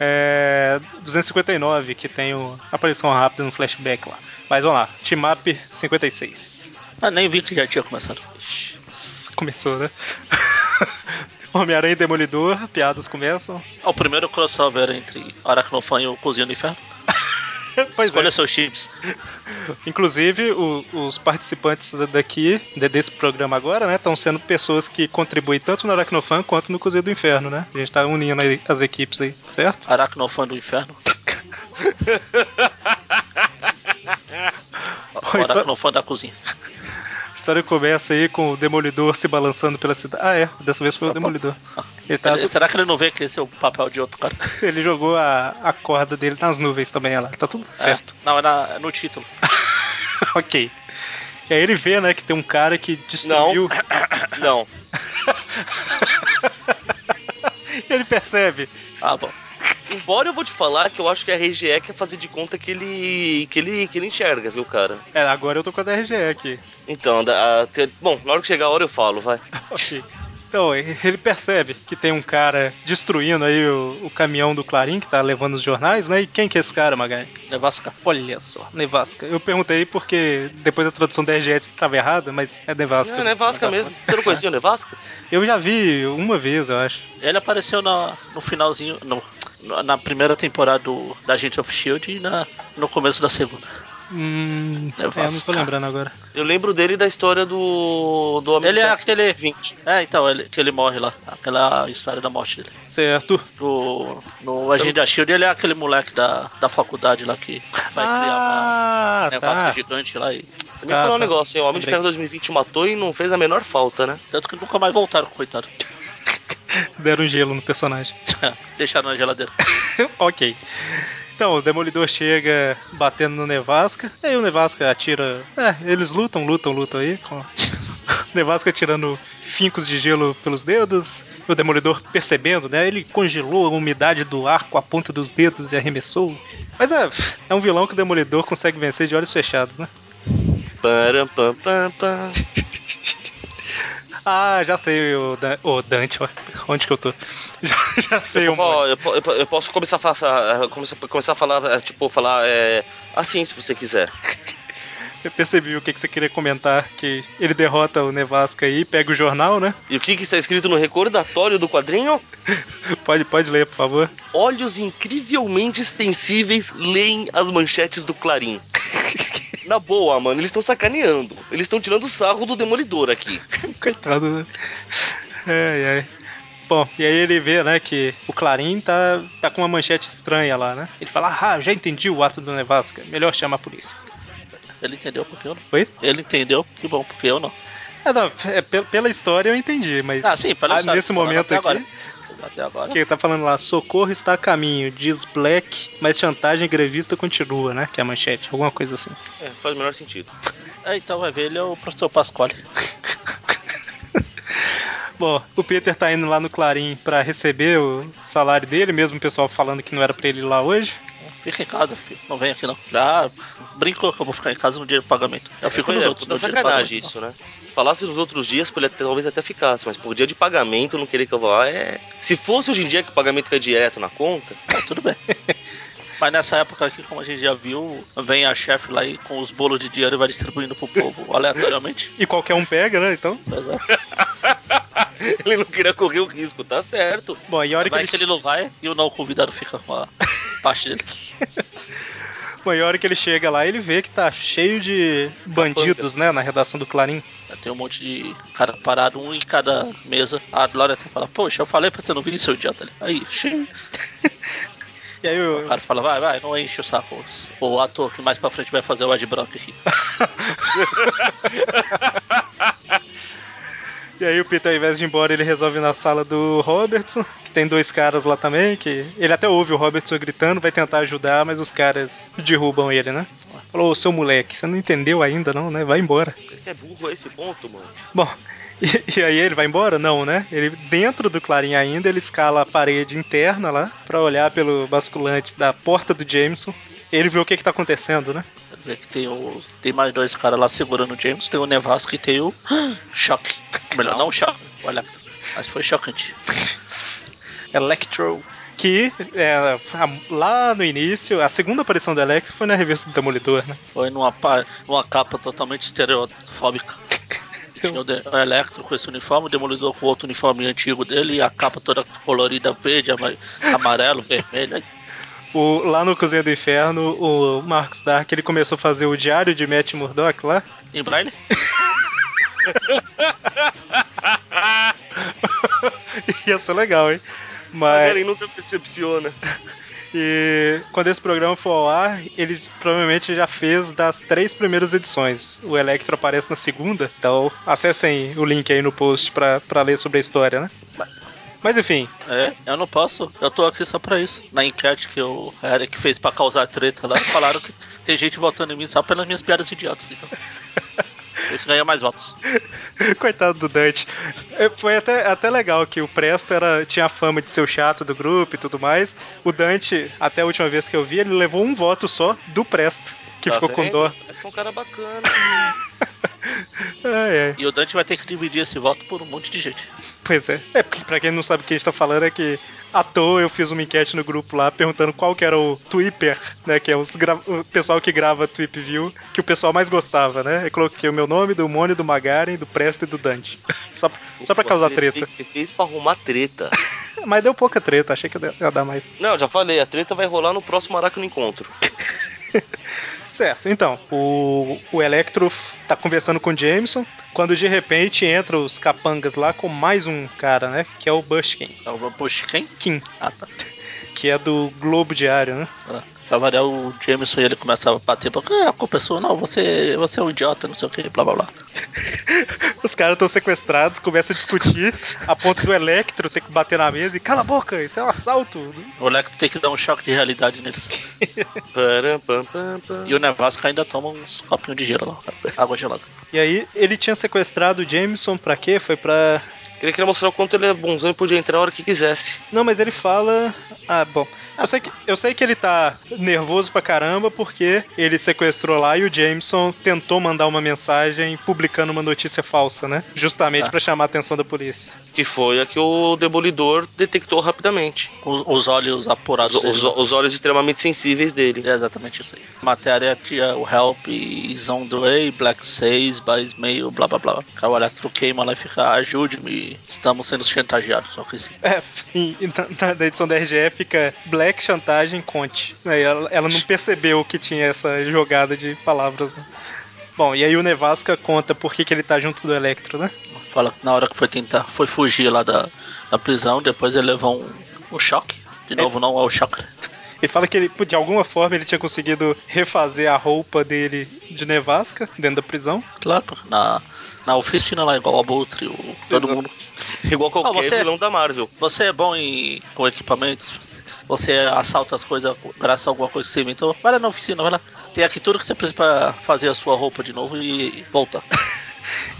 [SPEAKER 2] é, 259, que tem o, a aparição rápida no flashback lá. Mas vamos lá, Team Up 56.
[SPEAKER 3] Ah, nem vi que já tinha começado.
[SPEAKER 2] Tss, Começou, né? Homem-Aranha e Demolidor, piadas começam.
[SPEAKER 3] É o primeiro crossover entre Aracnofan e o Cozinha do Inferno.
[SPEAKER 2] Pois
[SPEAKER 3] Escolha
[SPEAKER 2] é.
[SPEAKER 3] seus chips.
[SPEAKER 2] Inclusive, o- os participantes da- daqui, de- desse programa agora, né, estão sendo pessoas que contribuem tanto no Aracnofan quanto no Cozinha do Inferno, né? A gente tá unindo aí as equipes aí, certo?
[SPEAKER 3] Aracnofan é do Inferno.
[SPEAKER 2] Pô, está-
[SPEAKER 3] Aracnofan é da cozinha.
[SPEAKER 2] A história começa aí com o Demolidor se balançando pela cidade. Ah, é, dessa vez foi o Demolidor. Ele tá
[SPEAKER 3] Ele- será que ele não vê que esse é o papel de outro cara?
[SPEAKER 2] Ele jogou a, a corda dele nas nuvens também, olha lá. Tá tudo certo.
[SPEAKER 3] É. Não, é, na- é no título.
[SPEAKER 2] ok. E aí ele vê, né, que tem um cara que destruiu.
[SPEAKER 4] Não.
[SPEAKER 2] e ele percebe.
[SPEAKER 3] Ah, bom.
[SPEAKER 4] Embora eu vou te falar que eu acho que a RGE quer fazer de conta que ele. que ele, que ele enxerga, viu, cara?
[SPEAKER 2] É, agora eu tô com a DRGE aqui.
[SPEAKER 4] Então, da- a- te- bom, na hora que chegar a hora eu falo, vai.
[SPEAKER 2] Ok. Então, ele percebe que tem um cara destruindo aí o, o caminhão do Clarim, que tá levando os jornais, né? E quem que é esse cara, Magai?
[SPEAKER 3] Nevasca.
[SPEAKER 2] Olha só, Nevasca. Eu perguntei porque depois a tradução da RGE tava errada, mas é Nevasca.
[SPEAKER 4] Não, é Nevasca mesmo. Você não conhecia o Nevasca?
[SPEAKER 2] Eu já vi uma vez, eu acho.
[SPEAKER 3] Ele apareceu na- no finalzinho. no- no- na primeira temporada do, da Agent of Shield e na, no começo da segunda.
[SPEAKER 2] Hum, é, eu não tô
[SPEAKER 3] Nevasca.
[SPEAKER 2] lembrando agora.
[SPEAKER 4] Eu lembro dele da história do. do homem
[SPEAKER 3] Ele
[SPEAKER 4] de
[SPEAKER 3] é
[SPEAKER 4] Ferro
[SPEAKER 3] aquele.
[SPEAKER 4] 20.
[SPEAKER 3] É, então, ele, que ele morre lá. Aquela história da morte dele.
[SPEAKER 2] Certo.
[SPEAKER 3] No, no Agent of Shield ele é aquele moleque da, da faculdade lá que vai criar uma.
[SPEAKER 2] ah,
[SPEAKER 3] Nevasca
[SPEAKER 2] tá.
[SPEAKER 3] gigante lá e.
[SPEAKER 4] Também
[SPEAKER 2] Tá,
[SPEAKER 4] falar um
[SPEAKER 2] tá.
[SPEAKER 4] negócio, hein? O Homem de
[SPEAKER 2] Lembrei.
[SPEAKER 4] Ferro 2020 matou e não fez a menor falta, né?
[SPEAKER 3] Tanto que nunca mais voltaram, coitado.
[SPEAKER 2] Deram um gelo no personagem.
[SPEAKER 3] Deixaram na geladeira.
[SPEAKER 2] ok. Então, o Demolidor chega batendo no Nevasca. Aí o Nevasca atira. É, eles lutam, lutam, lutam aí. Com... o Nevasca tirando fincos de gelo pelos dedos. E o Demolidor percebendo, né? Ele congelou a umidade do ar com a ponta dos dedos e arremessou. Mas é, é um vilão que o Demolidor consegue vencer de olhos fechados, né?
[SPEAKER 4] Param, pam, pam, pam.
[SPEAKER 2] Ah, já sei o, Dan- o Dante, ó. onde que eu tô? Já, já sei o.
[SPEAKER 4] Ó, eu, po- eu po- eu posso começar a, fa- fa- a- começar, começar a falar, é, tipo, falar é, assim, se você quiser.
[SPEAKER 2] Eu percebi o que, que você queria comentar, que ele derrota o Nevasca aí, pega o jornal, né?
[SPEAKER 4] E o que, que está escrito no recordatório do quadrinho?
[SPEAKER 2] Pode, pode ler, por favor.
[SPEAKER 4] Olhos incrivelmente sensíveis leem as manchetes do Clarim. Na boa, mano, eles estão sacaneando. Eles estão tirando sarro do Demolidor aqui.
[SPEAKER 2] Coitado, né? Ai, ai. Bom, e aí ele vê, né, que o Clarim tá, tá com uma manchete estranha lá, né? Ele fala, ah, já entendi o ato do Nevasca, melhor chamar a polícia.
[SPEAKER 3] Ele entendeu porque eu não.
[SPEAKER 2] Oi?
[SPEAKER 3] Ele entendeu, que bom, porque eu não.
[SPEAKER 2] Ah, não, é, pe- pela história eu entendi, mas
[SPEAKER 3] Ah, sim, pela
[SPEAKER 2] ah,
[SPEAKER 3] história,
[SPEAKER 2] nesse
[SPEAKER 3] falando
[SPEAKER 2] momento
[SPEAKER 3] até
[SPEAKER 2] aqui,
[SPEAKER 3] agora. Até agora.
[SPEAKER 2] que ele tá falando lá, socorro está a caminho, diz Black, mas chantagem grevista continua, né? Que é a manchete, alguma coisa assim.
[SPEAKER 4] É, faz o menor sentido.
[SPEAKER 3] É, então vai ver, ele é o professor Pasquale.
[SPEAKER 2] Bom, o Peter tá indo lá no Clarim pra receber o salário dele, mesmo o pessoal falando que não era pra ele ir lá hoje.
[SPEAKER 3] Fica em casa, filho. Não vem aqui não. Já brincou que eu vou ficar em casa no dia do pagamento. Eu fico
[SPEAKER 4] Pois
[SPEAKER 3] nos
[SPEAKER 4] é,
[SPEAKER 3] outros.
[SPEAKER 4] puta
[SPEAKER 3] no dia do
[SPEAKER 4] sacanagem
[SPEAKER 3] pagamento.
[SPEAKER 4] isso, né? Se falasse nos outros dias, pô, ele até- talvez até ficasse, mas por dia de pagamento, não querer que eu vá é. Se fosse hoje em dia que o pagamento cai direto na conta,
[SPEAKER 3] Ah, tudo bem. Mas nessa época aqui, como a gente já viu, vem a chefe lá e com os bolos de dinheiro e vai distribuindo pro povo aleatoriamente.
[SPEAKER 2] E qualquer um pega, né? Então.
[SPEAKER 3] Pois é.
[SPEAKER 4] ele não queria correr o risco, tá certo.
[SPEAKER 2] Bom, e a hora que
[SPEAKER 3] Vai
[SPEAKER 2] ele,
[SPEAKER 3] que ele não vai e o não convidado fica com a parte dele.
[SPEAKER 2] bom, e a hora que ele chega lá, ele vê que tá cheio de
[SPEAKER 3] Tá
[SPEAKER 2] bandidos, né? Na redação do Clarim.
[SPEAKER 3] Tem um monte de cara parado, um em cada mesa. A Glória até fala, poxa, eu falei pra você não vir, seu idiota. Ele, Aí, xiii.
[SPEAKER 2] E aí
[SPEAKER 3] O
[SPEAKER 2] o.
[SPEAKER 3] cara fala, vai, vai, não enche o saco. O ator que mais pra frente vai fazer o Ed Brock aqui.
[SPEAKER 2] E aí o Peter, ao invés de ir embora, ele resolve ir na sala do Robertson, que tem dois caras lá também, que ele até ouve o Robertson gritando, vai tentar ajudar, mas os caras derrubam ele, né?
[SPEAKER 3] Tá.
[SPEAKER 2] Falou, "Ô, seu moleque, você não entendeu ainda não, né? Vai embora.
[SPEAKER 4] Esse é burro a esse ponto, mano.
[SPEAKER 2] Bom, e, e aí ele vai embora? Não, né? Ele dentro do clarim ainda, ele escala a parede interna lá pra olhar pelo basculante da porta do Jameson. Ele vê o que que tá acontecendo, né?
[SPEAKER 3] Quer dizer que tem, o, tem mais dois caras lá segurando o James, tem o Nevasca e tem o Choque. Melhor, não o Choque, o Electro. Mas foi chocante.
[SPEAKER 2] Electro. Que é, a- lá no início, a segunda aparição do Electro foi na revista do Demolidor, né?
[SPEAKER 3] Foi numa, pa- numa capa totalmente estereofóbica. E Tinha o, de, o Electro com esse uniforme, o Demolidor com outro uniforme antigo dele, e a capa toda colorida, verde, ama- amarelo, vermelho. Aí,
[SPEAKER 2] O, lá no Cozinha do Inferno, o Marcos Dark ele começou a fazer o diário de Matt Murdock lá.
[SPEAKER 3] Em braille?
[SPEAKER 2] Ia ser legal, hein?
[SPEAKER 4] Cara,
[SPEAKER 2] Mas
[SPEAKER 4] ele nunca decepciona.
[SPEAKER 2] e, quando esse programa for ao ar, ele provavelmente já fez das três primeiras edições. O Electro aparece na segunda, então acessem o link aí no post pra, pra ler sobre a história, né? Mas enfim,
[SPEAKER 3] É, eu não posso. Eu tô aqui só pra isso. Na enquete que o Eric fez pra causar treta lá, falaram que tem gente votando em mim só pelas minhas piadas idiotas. Então. Eu que ganha mais votos.
[SPEAKER 2] Coitado do Dante. É, Foi até, até legal que o Presto era, tinha a fama de ser o chato do grupo e tudo mais. O Dante, até a última vez que eu vi, ele levou um voto só do Presto, que
[SPEAKER 3] Tá
[SPEAKER 2] ficou com
[SPEAKER 4] Vendo?
[SPEAKER 2] dó.
[SPEAKER 4] Esse é um cara bacana.
[SPEAKER 2] Ai, ai,
[SPEAKER 3] E o Dante vai ter que dividir esse voto por um monte de gente.
[SPEAKER 2] pois é. É, porque pra quem não sabe o que a gente tá falando é que à toa eu fiz uma enquete no grupo lá perguntando qual que era o Twitter, né? Que é os gra- o pessoal que grava Tweep View, que o pessoal mais gostava, né? Eu coloquei o meu nome, do Mônio, do Magaren, do Presto e do Dante. Só, pra- só pra causar
[SPEAKER 4] Você
[SPEAKER 2] treta.
[SPEAKER 4] fez- Você fez pra arrumar treta.
[SPEAKER 2] Mas deu pouca treta, achei que ia dar mais.
[SPEAKER 4] Não, já falei, a treta vai rolar no próximo Aracno Encontro.
[SPEAKER 2] Certo, então, o, o Electro f- tá conversando com o Jameson, quando de repente entra os capangas lá com mais um cara, né? Que é o Bushkin,
[SPEAKER 3] Então vou puxar quem?
[SPEAKER 2] Kim,
[SPEAKER 3] Ah, tá.
[SPEAKER 2] que é do Globo Diário, né?
[SPEAKER 3] Ah, Pra variar, o Jameson ele começa a bater porque ah, a culpa é sua, não, você, você é um idiota, não sei o que, blá blá blá.
[SPEAKER 2] Os caras estão sequestrados, começam a discutir, a ponto do Electro ter que bater na mesa e cala a boca, isso é um assalto.
[SPEAKER 3] O Electro tem que dar um choque de realidade neles.
[SPEAKER 4] Param, pam, pam, pam.
[SPEAKER 3] E o Nevasca ainda toma uns copinhos de gelo lá, cara. água gelada.
[SPEAKER 2] E aí, ele tinha sequestrado o Jameson pra quê? Foi pra.
[SPEAKER 4] Ele queria mostrar o quanto ele é bonzão e podia entrar a hora que quisesse.
[SPEAKER 2] Não, mas ele fala. Ah, bom. Eu sei, que, eu sei que ele tá nervoso pra caramba porque ele sequestrou lá e o Jameson tentou mandar uma mensagem publicando uma notícia falsa, né? Justamente
[SPEAKER 3] Ah.
[SPEAKER 2] pra chamar a atenção da polícia.
[SPEAKER 4] Que foi a que o Demolidor detectou rapidamente.
[SPEAKER 3] Com os, os olhos
[SPEAKER 4] Os,
[SPEAKER 3] apurados. dele,
[SPEAKER 4] os- os olhos extremamente sensíveis dele.
[SPEAKER 3] É exatamente isso aí. Matéria tinha o Help, is on the way, Black 6, Bys Mail, blá blá blá. Aí o Electro queima lá e fica, ajude-me, estamos sendo chantageados. Só que assim,
[SPEAKER 2] É, e na, na- na edição da RGE fica Black Chantagem Conte. Aí Ela, ela não percebeu que tinha essa jogada de palavras. né? Bom, e aí o Nevasca conta por que, que ele tá junto do Electro, né?
[SPEAKER 3] fala que na hora que foi tentar, foi fugir lá da, da prisão, depois ele levou um, um choque. De novo, não é o choque.
[SPEAKER 2] Ele fala que ele, de alguma forma ele tinha conseguido refazer a roupa dele de nevasca dentro da prisão.
[SPEAKER 3] Claro, na, na oficina lá, igual a Abutre, o- todo mundo.
[SPEAKER 4] É. Igual qualquer
[SPEAKER 3] Ah, você-
[SPEAKER 4] vilão da Marvel.
[SPEAKER 3] Você é bom em, com equipamentos? Você assalta as coisas graças a alguma coisa que você inventou? Vai lá na oficina, vai lá. Tem aqui tudo que você precisa pra fazer a sua roupa de novo e volta.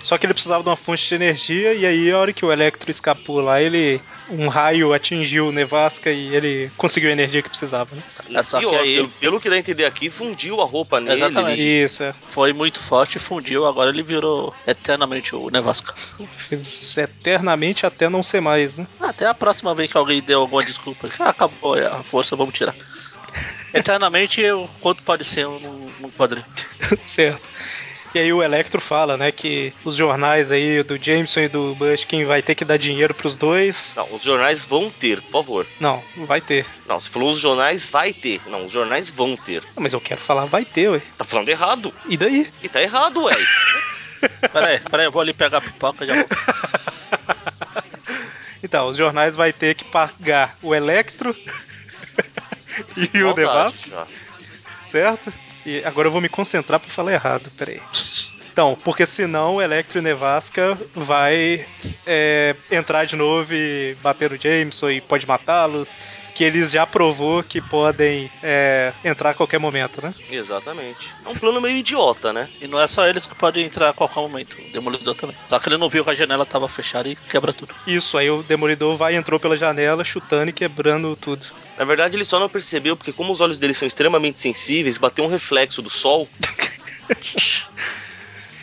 [SPEAKER 2] Só que ele precisava de uma fonte de energia e aí a hora que o Electro escapou lá, ele um raio atingiu o nevasca e ele conseguiu a energia que precisava, né?
[SPEAKER 3] É só
[SPEAKER 4] e
[SPEAKER 3] que
[SPEAKER 4] ó,
[SPEAKER 3] aí-
[SPEAKER 4] pelo- pelo que dá a entender aqui, fundiu a roupa nele.
[SPEAKER 3] Exatamente.
[SPEAKER 4] ele-
[SPEAKER 2] Isso, é.
[SPEAKER 3] Foi muito forte, fundiu, agora ele virou eternamente o Nevasca.
[SPEAKER 2] Fez eternamente até não ser mais, né?
[SPEAKER 3] Até a próxima vez que alguém deu alguma desculpa. Ah, acabou é, a força, vamos tirar. Eternamente, eu, quanto pode ser num, num quadrinho?
[SPEAKER 2] certo. E aí o Electro fala, né, que os jornais aí do Jameson e do Bushkin vai ter que dar dinheiro pros dois.
[SPEAKER 4] Não, os jornais vão ter, por favor.
[SPEAKER 2] Não, vai ter.
[SPEAKER 4] Não, você falou os jornais vai ter. Não, os jornais vão ter.
[SPEAKER 2] Ah, Mas eu quero falar vai ter, ué.
[SPEAKER 4] Tá falando errado.
[SPEAKER 2] E daí?
[SPEAKER 4] E tá errado, ué.
[SPEAKER 3] Peraí, peraí, eu vou ali pegar a pipoca já volto.
[SPEAKER 2] Então, os jornais vai ter que pagar o Electro e o
[SPEAKER 4] Maldade
[SPEAKER 2] Devasco,
[SPEAKER 4] já.
[SPEAKER 2] certo? E agora eu vou me concentrar pra falar errado, peraí. Então, porque senão o Electro e Nevasca vai é, entrar de novo e bater no Jameson e pode matá-los. Que eles já provou que podem é, entrar a qualquer momento, né?
[SPEAKER 4] Exatamente. É um plano meio idiota, né?
[SPEAKER 3] E não é só eles que podem entrar a qualquer momento, o Demolidor também. Só que ele não viu que a janela tava fechada e quebra tudo.
[SPEAKER 2] Isso, aí o Demolidor vai entrou pela janela, chutando e quebrando tudo.
[SPEAKER 4] Na verdade, ele só não percebeu porque, como os olhos dele são extremamente sensíveis, bateu um reflexo do sol.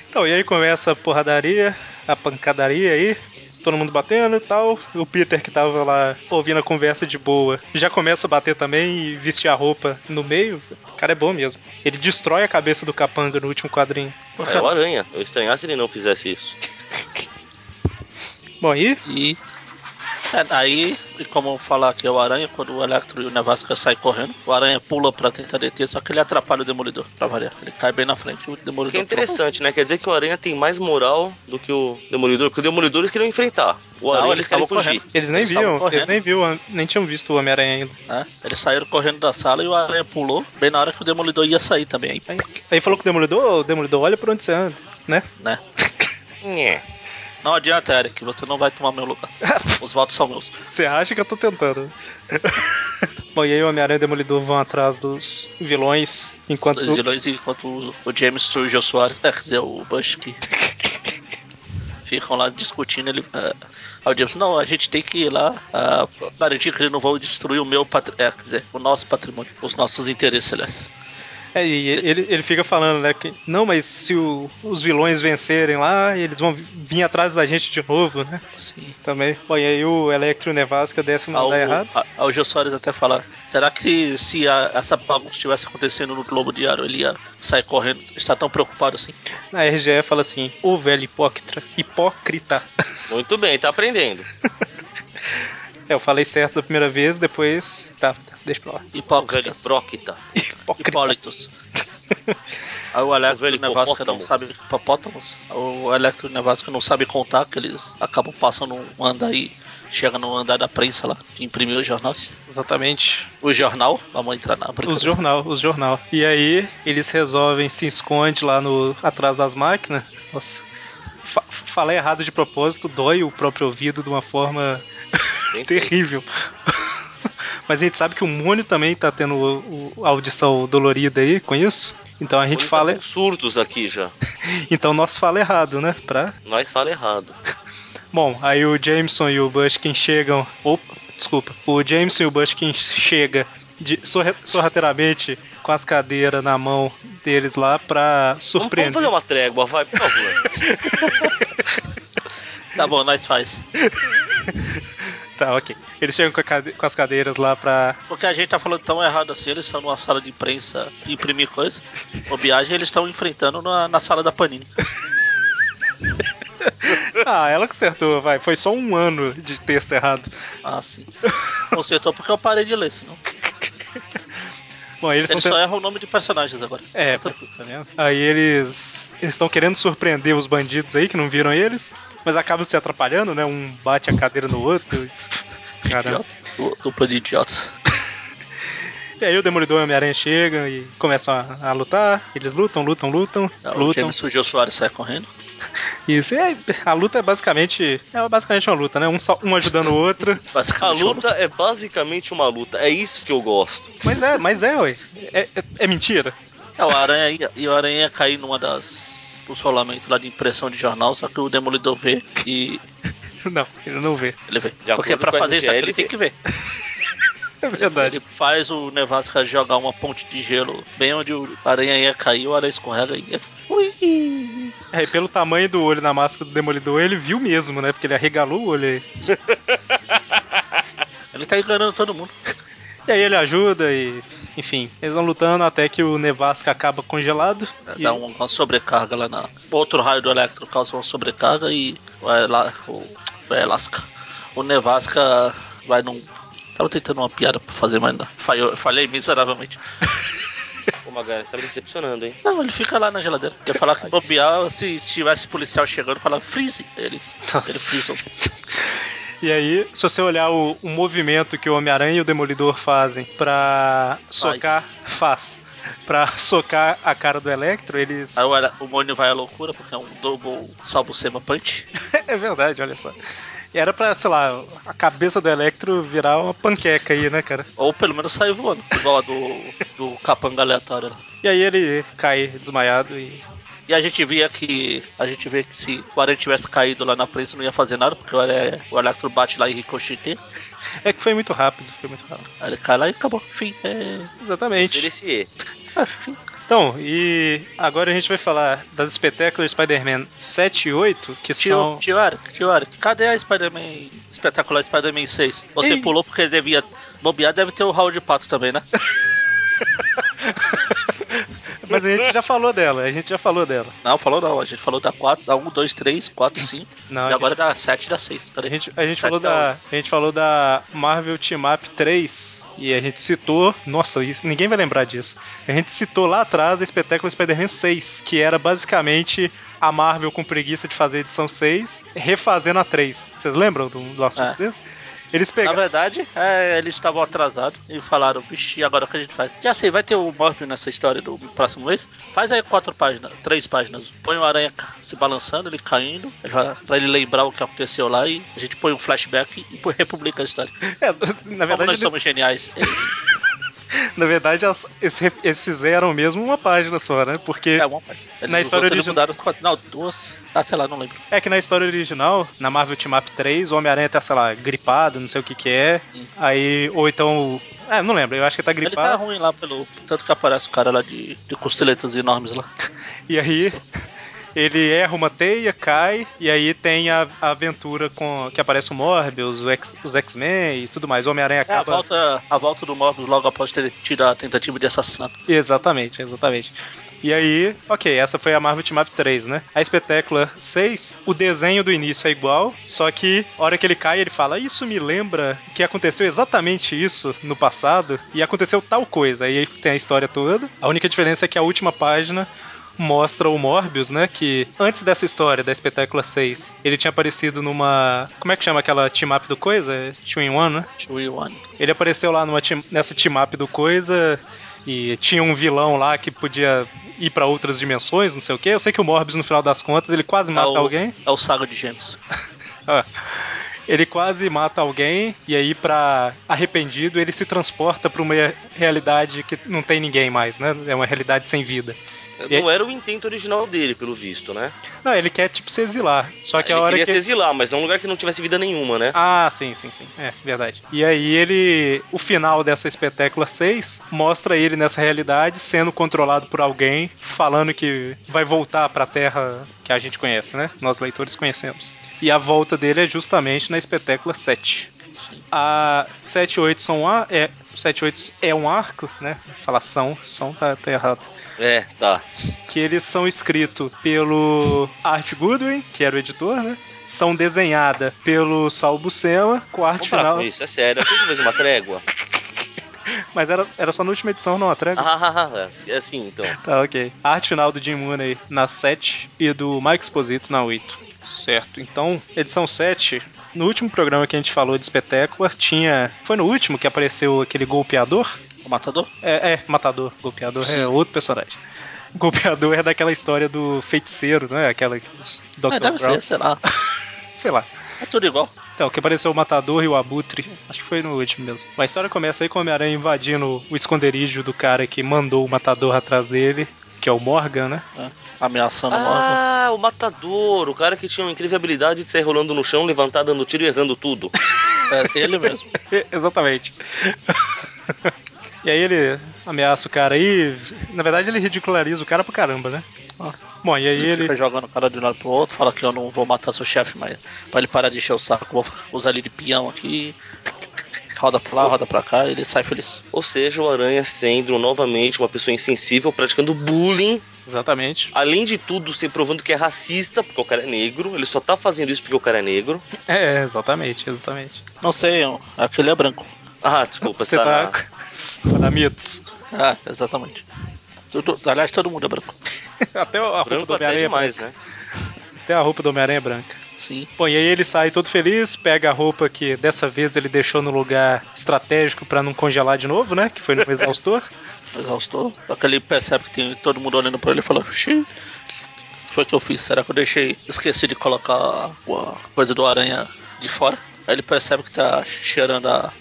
[SPEAKER 2] Então, e aí começa a porradaria, a pancadaria aí. Todo mundo batendo e tal. O Peter, que tava lá ouvindo a conversa de boa, já começa a bater também e vestir a roupa no meio. O cara é bom mesmo. Ele destrói a cabeça do capanga no último quadrinho.
[SPEAKER 4] É o Aranha. Eu estranhar se ele não fizesse isso.
[SPEAKER 2] Bom, e
[SPEAKER 3] E é, aí, e como eu falar que é o Aranha, quando o Electro e o Nevasca saem correndo, o Aranha pula pra tentar deter, só que ele atrapalha o Demolidor, pra variar. Ele cai bem na frente, o
[SPEAKER 4] O
[SPEAKER 3] Demolidor...
[SPEAKER 4] que é interessante, né? Quer dizer que o Aranha tem mais moral do que o Demolidor, porque o Demolidor eles queriam enfrentar. O
[SPEAKER 3] Não,
[SPEAKER 4] Aranha
[SPEAKER 3] eles
[SPEAKER 4] eles querem
[SPEAKER 3] estavam
[SPEAKER 4] fugir.
[SPEAKER 3] correndo.
[SPEAKER 2] eles nem
[SPEAKER 3] Eles estavam
[SPEAKER 2] viam, eles
[SPEAKER 3] correndo.
[SPEAKER 2] nem viam, nem tinham visto o Homem-Aranha ainda.
[SPEAKER 3] né? Eles saíram correndo da sala e o Aranha pulou, bem na hora que o Demolidor ia sair também, aí,
[SPEAKER 2] Aí falou com o Demolidor, "Ô, Demolidor, olha pra onde você anda, né?
[SPEAKER 3] né?
[SPEAKER 4] Nhé.
[SPEAKER 3] Não adianta, Eric, você não vai tomar meu lugar. Os votos são meus.
[SPEAKER 2] Você acha que eu tô tentando? Bom, e aí o Homem-Aranha e o Demolidor vão atrás dos vilões, enquanto
[SPEAKER 3] Os vilões, enquanto o, o James surge o Soares, é, quer dizer, o Bush que ficam lá discutindo. Ele, ah, aí o James, não, a gente tem que ir lá ah, garantir que eles não vão destruir o meu patrimônio, é, quer dizer, o nosso patrimônio, os nossos interesses, aliás.
[SPEAKER 2] É, e ele, ele fica falando, né? Que, não, mas se o- os vilões vencerem lá, eles vão vi- vir atrás da gente de novo, né?
[SPEAKER 3] Sim.
[SPEAKER 2] Também. Bom, e aí o Electro e o Nevasca desce não
[SPEAKER 3] Assim, Ao,
[SPEAKER 2] dá Hum, tá errado.
[SPEAKER 3] a- ao Jô Soares até falar, será que se a- essa bagunça estivesse acontecendo no Globo Diário, ele ia sair correndo? Está tão preocupado assim?
[SPEAKER 2] A RGE fala assim, o velho hipócrita. Hipócrita.
[SPEAKER 4] Muito bem, tá aprendendo.
[SPEAKER 2] É, eu falei certo da primeira vez, depois. Tá, tá, deixa pra lá.
[SPEAKER 4] O velho
[SPEAKER 3] Hipócritas.
[SPEAKER 4] Procta.
[SPEAKER 2] Hipócrita.
[SPEAKER 3] Hipólitos. Aí o Electro
[SPEAKER 4] velho
[SPEAKER 3] e o Nevasca não
[SPEAKER 4] hipopótamo.
[SPEAKER 3] sabe hipopótamos. O Electro e o Nevasca não sabe contar que eles acabam passando um andar e chega no andar da prensa lá, de imprimir os jornais.
[SPEAKER 2] Exatamente.
[SPEAKER 3] O jornal, vamos entrar na
[SPEAKER 2] Os
[SPEAKER 3] brincadeira.
[SPEAKER 2] jornal, os jornal. E aí eles resolvem se esconde lá no atrás das máquinas. Nossa. Fa falei errado de propósito, dói o próprio ouvido de uma forma
[SPEAKER 4] Bem feito.
[SPEAKER 2] terrível. Mas a gente sabe que o Mônio também tá tendo o- o- a audição dolorida aí com isso. Então a gente
[SPEAKER 4] Bonito
[SPEAKER 2] fala.
[SPEAKER 4] tá com surdos aqui já.
[SPEAKER 2] Então nós fala errado, né? Pra...
[SPEAKER 4] Nós fala errado.
[SPEAKER 2] Bom, aí o Jameson e o Bushkin chegam. Opa, desculpa. O Jameson e o Bushkin chega de, sorra- sorrateiramente com as cadeiras na mão deles lá pra
[SPEAKER 4] Vamos, vamos
[SPEAKER 2] surpreender.
[SPEAKER 4] fazer uma trégua, vai, por favor.
[SPEAKER 3] Tá bom, nós faz. um-
[SPEAKER 2] Tá, ok. Eles chegam com, a cade- com as cadeiras lá pra.
[SPEAKER 3] Porque a gente tá falando tão errado assim, eles estão numa sala de imprensa de imprimir coisa. O viagem eles estão enfrentando na, na sala da Panini.
[SPEAKER 2] Ah, ela consertou, vai. Foi só um ano de texto errado.
[SPEAKER 3] Ah, sim. Consertou porque eu parei de ler, senão.
[SPEAKER 2] Bom, eles
[SPEAKER 3] Eles
[SPEAKER 2] estão
[SPEAKER 3] só erram o nome de personagens agora.
[SPEAKER 2] É,
[SPEAKER 3] Tá
[SPEAKER 2] tá
[SPEAKER 3] tranquilo.
[SPEAKER 2] vendo? Aí eles eles estão querendo surpreender os bandidos aí que não viram eles, mas acabam se atrapalhando, né? Um bate a cadeira no outro. Caramba.
[SPEAKER 3] Idiota. Du- Dupla de idiotas.
[SPEAKER 2] E aí o Demolidor e o Homem-Aranha chegam e começam a, a lutar. Eles lutam, lutam, lutam,
[SPEAKER 3] É, O
[SPEAKER 2] lutam.
[SPEAKER 3] James surgiu Soares sai correndo.
[SPEAKER 2] Isso. E aí, a luta é basicamente é basicamente uma luta, né? Um, só- um ajudando o outro.
[SPEAKER 4] A
[SPEAKER 3] Basicamente,
[SPEAKER 4] luta é basicamente uma luta. É isso que eu gosto.
[SPEAKER 2] Mas é, mas é, ué. É, é, é mentira.
[SPEAKER 3] É, o aranha ia, e o aranha ia cair numa das os rolamentos lá de impressão de jornal, só que o demolidor vê e
[SPEAKER 2] Não, ele não vê.
[SPEAKER 3] ele vê.
[SPEAKER 4] De
[SPEAKER 3] Porque
[SPEAKER 4] acordo
[SPEAKER 3] pra
[SPEAKER 4] com a
[SPEAKER 3] fazer isso aqui
[SPEAKER 4] RGL,
[SPEAKER 3] ele tem que ver.
[SPEAKER 2] É verdade.
[SPEAKER 3] Ele faz o Nevasca jogar uma ponte de gelo bem onde o aranha ia cair, o aranha escorrega e ia. Ui!
[SPEAKER 2] É, e pelo tamanho do olho na máscara do Demolidor, ele viu mesmo, né? Porque ele arregalou o olho aí.
[SPEAKER 3] Ele tá enganando todo mundo.
[SPEAKER 2] E aí ele ajuda e, enfim, eles vão lutando até que o Nevasca acaba congelado. E-
[SPEAKER 3] Dá um- uma sobrecarga lá na. Outro raio do Electro causa uma sobrecarga e vai lá. O, vai lasca. O Nevasca vai num. Tava tentando uma piada pra fazer, mas não. Falhou- falhei miseravelmente.
[SPEAKER 4] Pô, Magalhães, você tá me decepcionando, hein?
[SPEAKER 3] Não, ele fica lá na geladeira. Quer falar que bobear, se tivesse policial chegando, falar freeze eles. Ele frisou.
[SPEAKER 2] E aí, se você olhar o, o movimento que o Homem-Aranha e o Demolidor fazem pra socar, faz. Pra socar a cara do Electro, eles.
[SPEAKER 3] Aí o, Ara- o Mônio vai à loucura porque é um double salvo-sema punch.
[SPEAKER 2] é verdade, olha só. E era pra, sei lá, a cabeça do Electro virar uma panqueca aí, né, cara?
[SPEAKER 3] Ou pelo menos sai voando, igual a do, do capanga aleatório lá.
[SPEAKER 2] E aí ele cai desmaiado e.
[SPEAKER 3] E a gente via que. A gente vê que se o Aranha tivesse caído lá na prensa não ia fazer nada, porque o, Aranha, o Electro bate lá e ricocheteia.
[SPEAKER 2] É que foi muito rápido, foi muito rápido.
[SPEAKER 3] Aí ele cai lá e acabou. Fim. É.
[SPEAKER 2] Exatamente.
[SPEAKER 4] Oferecer.
[SPEAKER 3] é fim.
[SPEAKER 2] Então, e agora a gente vai falar das espetáculas Spider-Man 7 e 8, que
[SPEAKER 3] Tio,
[SPEAKER 2] são.
[SPEAKER 3] tio Eric, tio Eric, cadê a Spider-Man espetacular Spider-Man 6? Você
[SPEAKER 2] Ei.
[SPEAKER 3] pulou porque devia. Bobear deve ter o Raul de Pato também, né?
[SPEAKER 2] Mas a gente já falou dela, a gente já falou dela.
[SPEAKER 3] Não, falou não. A gente falou da 4, da 1, 2, 3, 4, 5.
[SPEAKER 2] Não,
[SPEAKER 3] e
[SPEAKER 2] a
[SPEAKER 3] agora é da 7 e da 6.
[SPEAKER 2] A
[SPEAKER 3] Peraí.
[SPEAKER 2] gente, a gente
[SPEAKER 3] Sete
[SPEAKER 2] falou
[SPEAKER 3] da
[SPEAKER 2] da. A gente falou da Marvel Team Up 3 e a gente citou. Nossa, isso, ninguém vai lembrar disso. A gente citou lá atrás a espetáculo Spider-Man 6, que era basicamente a Marvel com preguiça de fazer a edição 6, refazendo a 3. Vocês lembram do, do assunto
[SPEAKER 3] É.
[SPEAKER 2] desse? Eles
[SPEAKER 3] Na
[SPEAKER 2] pegaram.
[SPEAKER 3] verdade, é, eles estavam atrasados e falaram, vixi, agora o que a gente faz? Já sei, vai ter o Morph nessa história do próximo mês. Faz aí quatro páginas, três páginas. Põe o Aranha ca- se balançando, ele caindo, já, pra ele lembrar o que aconteceu lá e a gente põe um flashback e põe- republica a história.
[SPEAKER 2] é, na
[SPEAKER 3] Como
[SPEAKER 2] verdade,
[SPEAKER 3] nós
[SPEAKER 2] eles-
[SPEAKER 3] somos geniais.
[SPEAKER 2] na verdade elas- eles, ref- eles fizeram mesmo uma página só, né? Porque
[SPEAKER 3] É uma página. Eles-
[SPEAKER 2] Na
[SPEAKER 3] os
[SPEAKER 2] história
[SPEAKER 3] outros, eles
[SPEAKER 2] original-
[SPEAKER 3] mudaram os quatro. Não, duas. Ah, sei lá, não lembro.
[SPEAKER 2] É que na história original, na Marvel Team Up 3, o Homem-Aranha tá, sei lá, gripado, não sei o que que é.
[SPEAKER 3] Sim.
[SPEAKER 2] Aí, ou então. o- É, não lembro, eu acho que tá
[SPEAKER 3] Ele tá
[SPEAKER 2] gripado.
[SPEAKER 3] ruim lá pelo. Tanto que aparece o cara lá de, de costeletas enormes lá.
[SPEAKER 2] E aí. Ele erra uma teia, cai, e aí tem a, a aventura com que aparece o Morbius, o X- os X-Men e tudo mais. O Homem-Aranha
[SPEAKER 3] É, a
[SPEAKER 2] acaba.
[SPEAKER 3] volta, a volta do Morbius logo após ter tido a tentativa de assassinato.
[SPEAKER 2] Exatamente, exatamente. E aí, ok, essa foi a Marvel Team Up 3, né? A espetácula 6, o desenho do início é igual, só que a hora que ele cai, ele fala: Isso me lembra que aconteceu exatamente isso no passado e aconteceu tal coisa. Aí tem a história toda. A única diferença é que a última página mostra o Morbius, né? Que antes dessa história, da espetácula 6, ele tinha aparecido numa. Como é que chama aquela team up do coisa? É Two in One, né?
[SPEAKER 3] Two in One.
[SPEAKER 2] Ele apareceu lá numa team- nessa team-up do Coisa e tinha um vilão lá que podia ir pra outras dimensões, não sei o quê. Eu sei que o Morbius, no final das contas, ele
[SPEAKER 4] Tá
[SPEAKER 2] quase mata
[SPEAKER 3] o-
[SPEAKER 2] alguém.
[SPEAKER 3] É o Saga de Gêmeos.
[SPEAKER 2] Ah. Ele quase mata alguém e aí, pra arrependido, ele se transporta pra uma realidade que não tem ninguém mais, né? É uma realidade sem vida. E-
[SPEAKER 4] Não era o intento original dele, pelo visto, né?
[SPEAKER 2] Não, ele quer, tipo, se exilar. Só que
[SPEAKER 4] ele
[SPEAKER 2] a hora
[SPEAKER 4] queria
[SPEAKER 2] que...
[SPEAKER 4] se exilar, mas num lugar que não tivesse vida nenhuma, né?
[SPEAKER 2] Ah, sim, sim, sim. É, verdade. E aí ele. O final dessa espetácula 6 mostra ele nessa realidade sendo controlado por alguém, falando que vai voltar pra Terra que a gente conhece, né? Nós leitores conhecemos. E a volta dele é justamente na espetácula 7.
[SPEAKER 3] Sim.
[SPEAKER 2] A 78 são a é 78 é um arco, né? Falar são, são tá, tá errado.
[SPEAKER 4] É, tá.
[SPEAKER 2] Que eles são escritos pelo Art Goodwin, que era o editor, né? São desenhada pelo Saul Buscema, com a arte
[SPEAKER 4] Vamos parar
[SPEAKER 2] final
[SPEAKER 4] com isso, é sério. Aqui fez uma trégua.
[SPEAKER 2] Mas era, era só na última edição, não, a trégua?
[SPEAKER 4] Ah, ah, ah, ah, é assim, então.
[SPEAKER 2] Tá, ok. A arte final do Jim Mooney na 7 e do Mike Exposito na 8. Certo, então, edição 7. No último programa que a gente falou de espetáculo, tinha. Foi no último que apareceu aquele golpeador?
[SPEAKER 3] O Matador?
[SPEAKER 2] É, é matador. Golpeador
[SPEAKER 3] Sim.
[SPEAKER 2] é outro personagem. Golpeador é daquela história do feiticeiro, né? Aquela. Dr.
[SPEAKER 3] É, deve
[SPEAKER 2] Brown.
[SPEAKER 3] ser, sei lá.
[SPEAKER 2] Sei lá.
[SPEAKER 3] É tudo igual.
[SPEAKER 2] Então, que apareceu o Matador e o Abutre. Acho que foi no último mesmo. A história começa aí com o Homem-Aranha invadindo o esconderijo do cara que mandou o Matador atrás dele, que é o Morgan, né?
[SPEAKER 3] Ameaçando um o Morgan.
[SPEAKER 4] Ah, o matador, o cara que tinha uma incrível habilidade de sair rolando no chão, levantar, dando tiro e errando tudo.
[SPEAKER 3] Era É ele mesmo.
[SPEAKER 2] Exatamente. e aí ele ameaça o cara aí. Na verdade, ele ridiculariza o cara pra caramba, né?
[SPEAKER 3] Ah.
[SPEAKER 2] Bom, e aí
[SPEAKER 3] Ele,
[SPEAKER 2] ele.
[SPEAKER 3] fica jogando o cara de um lado pro outro, fala que eu não vou matar seu chefe, mas pra ele parar de encher o saco, vou usar ele de peão aqui. Roda pra lá, roda pra cá, e ele sai feliz.
[SPEAKER 4] Ou seja, o Aranha sendo novamente uma pessoa insensível, praticando bullying.
[SPEAKER 2] Exatamente.
[SPEAKER 4] Além de tudo, se provando que é racista, porque o cara é negro. Ele só tá fazendo isso porque o cara é negro.
[SPEAKER 2] É, exatamente, exatamente.
[SPEAKER 3] Não sei, aquele é branco.
[SPEAKER 4] Ah, desculpa,
[SPEAKER 2] Você tá. Tá mitos.
[SPEAKER 3] Ah, exatamente. Tudo- aliás, todo mundo é branco.
[SPEAKER 2] Até a roupa do
[SPEAKER 4] Branco até
[SPEAKER 2] Homem-Aranha.
[SPEAKER 4] demais, né?
[SPEAKER 2] Até a roupa do Homem-Aranha é branca.
[SPEAKER 3] Sim.
[SPEAKER 2] Bom, e aí ele sai todo feliz, pega a roupa que dessa vez ele deixou no lugar estratégico pra não congelar de novo, né? Que foi no exaustor.
[SPEAKER 3] Exaustou. Só que ele percebe que tem todo mundo olhando pra ele e fala, xiii. O que foi que eu fiz? Será que eu deixei. Esqueci de colocar a coisa do aranha de fora? Aí ele percebe que tá cheirando a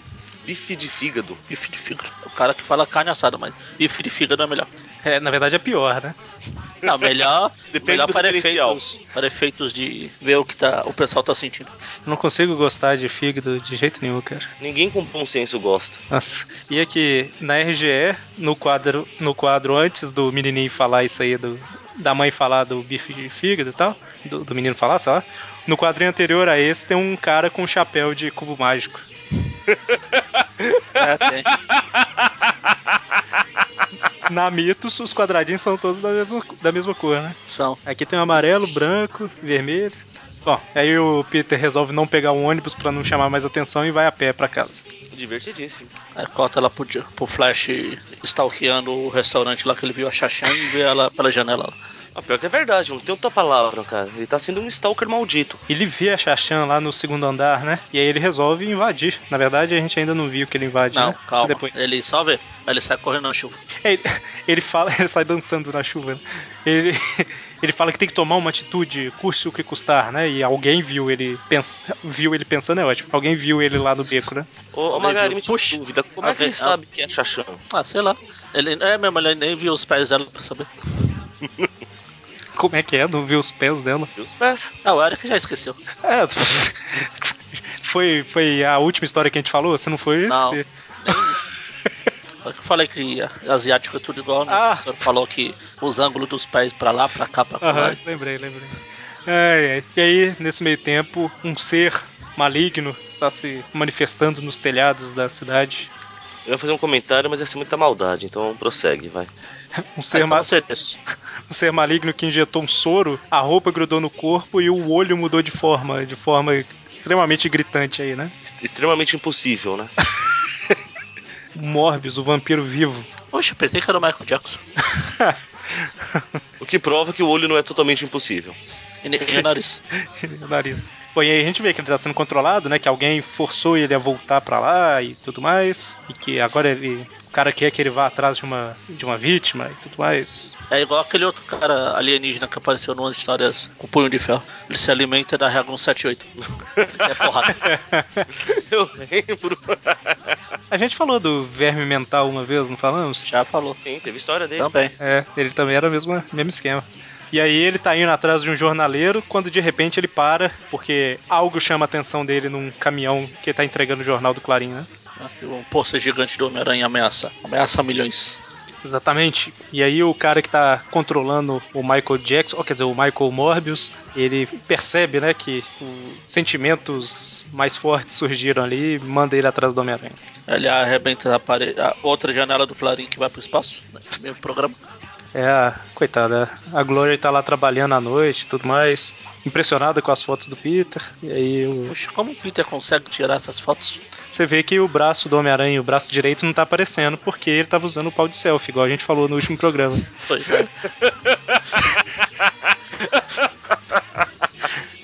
[SPEAKER 4] Bife de fígado.
[SPEAKER 3] bife de fígado. O cara que fala carne assada, mas bife de fígado é melhor.
[SPEAKER 2] É, na verdade é pior, né?
[SPEAKER 3] Não, melhor,
[SPEAKER 4] Depende
[SPEAKER 3] melhor
[SPEAKER 4] do
[SPEAKER 3] para,
[SPEAKER 4] referencial.
[SPEAKER 3] efeitos, para efeitos de ver o que tá, o pessoal tá sentindo.
[SPEAKER 2] Eu não consigo gostar de fígado de jeito nenhum, cara.
[SPEAKER 4] Ninguém com bom senso gosta.
[SPEAKER 2] Nossa. E aqui, na RGE, no quadro, no quadro antes do menininho falar isso aí, do, da mãe falar do bife de fígado e tal, do, do menino falar, sei lá, no quadrinho anterior a esse tem um cara com um chapéu de cubo mágico.
[SPEAKER 3] É, tem.
[SPEAKER 2] Na Mitos, os quadradinhos são todos da mesma, da mesma cor, né?
[SPEAKER 3] São.
[SPEAKER 2] Aqui tem o amarelo, branco, vermelho. Bom, aí o Peter resolve não pegar o ônibus pra não chamar mais atenção e vai a pé pra casa.
[SPEAKER 4] Divertidíssimo.
[SPEAKER 3] Aí corta ela pro, di- pro Flash stalkeando o restaurante lá que ele viu a Xaxã e vê ela pela janela lá.
[SPEAKER 4] Ah, pior que é verdade, não tem outra palavra, cara. Ele tá sendo um stalker maldito.
[SPEAKER 2] Ele vê a Xaxã lá no segundo andar, né? E aí ele resolve invadir. Na verdade, a gente ainda não viu que ele invade,
[SPEAKER 3] Não,
[SPEAKER 2] né? Isso
[SPEAKER 3] calma.
[SPEAKER 2] Depois.
[SPEAKER 3] Ele só vê. Aí ele sai correndo na chuva.
[SPEAKER 2] É, Ele, ele fala, ele sai dançando na chuva. né? Ele, ele fala que tem que tomar uma atitude, custe o que custar, né? E alguém viu ele pens, viu ele pensando, é ótimo. Alguém viu ele lá no beco, né?
[SPEAKER 4] Ô, ô
[SPEAKER 3] Olha,
[SPEAKER 4] Magari,
[SPEAKER 3] viu?
[SPEAKER 4] me tira
[SPEAKER 3] Puxa.
[SPEAKER 4] uma dúvida. Como é que
[SPEAKER 3] Ah,
[SPEAKER 4] ele
[SPEAKER 3] ah.
[SPEAKER 4] sabe que é Xaxã?
[SPEAKER 3] Ah, sei lá. Ele, é mesmo, ele nem viu os pés dela pra saber.
[SPEAKER 2] Como é que é? Não viu os pés dela?
[SPEAKER 4] Viu os pés?
[SPEAKER 3] Ah, o Eric já esqueceu.
[SPEAKER 2] É. Foi, foi a última história que a gente falou? Se não foi, eu
[SPEAKER 3] Não.
[SPEAKER 2] esqueci.
[SPEAKER 3] Eu falei que a- asiático é tudo igual, né?
[SPEAKER 2] Ah.
[SPEAKER 3] O professor falou que os ângulos dos pés pra lá, pra cá, pra
[SPEAKER 2] Aham,
[SPEAKER 3] lá.
[SPEAKER 2] lembrei, lembrei. Ai, ai. E aí, nesse meio tempo, um ser maligno está se manifestando nos telhados da cidade.
[SPEAKER 4] Eu ia fazer um comentário, mas ia ser muita maldade, então prossegue, vai.
[SPEAKER 2] Um ser,
[SPEAKER 3] Aí,
[SPEAKER 2] ma-
[SPEAKER 3] então, você disse.
[SPEAKER 2] um ser maligno que injetou um soro, a roupa grudou no corpo e o olho mudou de forma, de forma extremamente gritante aí, né?
[SPEAKER 4] Est- Extremamente impossível, né?
[SPEAKER 2] Morbius, o vampiro vivo.
[SPEAKER 3] Poxa, pensei que era o Michael Jackson.
[SPEAKER 4] O que prova que o olho não é totalmente impossível.
[SPEAKER 3] E nem e o nariz.
[SPEAKER 2] o nariz. Bom, e aí a gente vê que ele tá sendo controlado, né? Que alguém forçou ele a voltar pra lá e tudo mais. E que agora ele. O cara quer que ele vá atrás de uma, de uma vítima e tudo mais.
[SPEAKER 3] É igual aquele outro cara alienígena que apareceu numa história com punho de ferro. Ele se alimenta da regra 178. Ele quer É porrada.
[SPEAKER 4] Eu lembro.
[SPEAKER 2] A gente falou do verme mental uma vez, não falamos?
[SPEAKER 3] Já falou.
[SPEAKER 4] Sim, teve história dele.
[SPEAKER 3] Também.
[SPEAKER 2] É, ele também era o mesmo, mesmo esquema. E aí ele tá indo atrás de um jornaleiro, quando de repente ele para, porque algo chama a atenção dele num caminhão que tá entregando o jornal do Clarim, né?
[SPEAKER 3] Aqui, Um pôster gigante do Homem-Aranha ameaça. Ameaça milhões.
[SPEAKER 2] Exatamente. E aí o cara que tá controlando o Michael Jackson, ou quer dizer, o Michael Morbius, ele percebe, né, que os sentimentos mais fortes surgiram ali e manda ele atrás do Homem-Aranha.
[SPEAKER 3] Ele arrebenta a, parede, a outra janela do Clarim que vai pro espaço. Né? Mesmo programa.
[SPEAKER 2] É, a- coitada, a Gloria tá lá trabalhando à noite e tudo mais, impressionada com as fotos do Peter. E aí o-
[SPEAKER 3] Poxa, como o Peter consegue tirar essas fotos?
[SPEAKER 2] você vê que o braço do Homem-Aranha, o braço direito, não tá aparecendo porque ele tava usando o pau de selfie, igual a gente falou no último programa.
[SPEAKER 3] Pois é.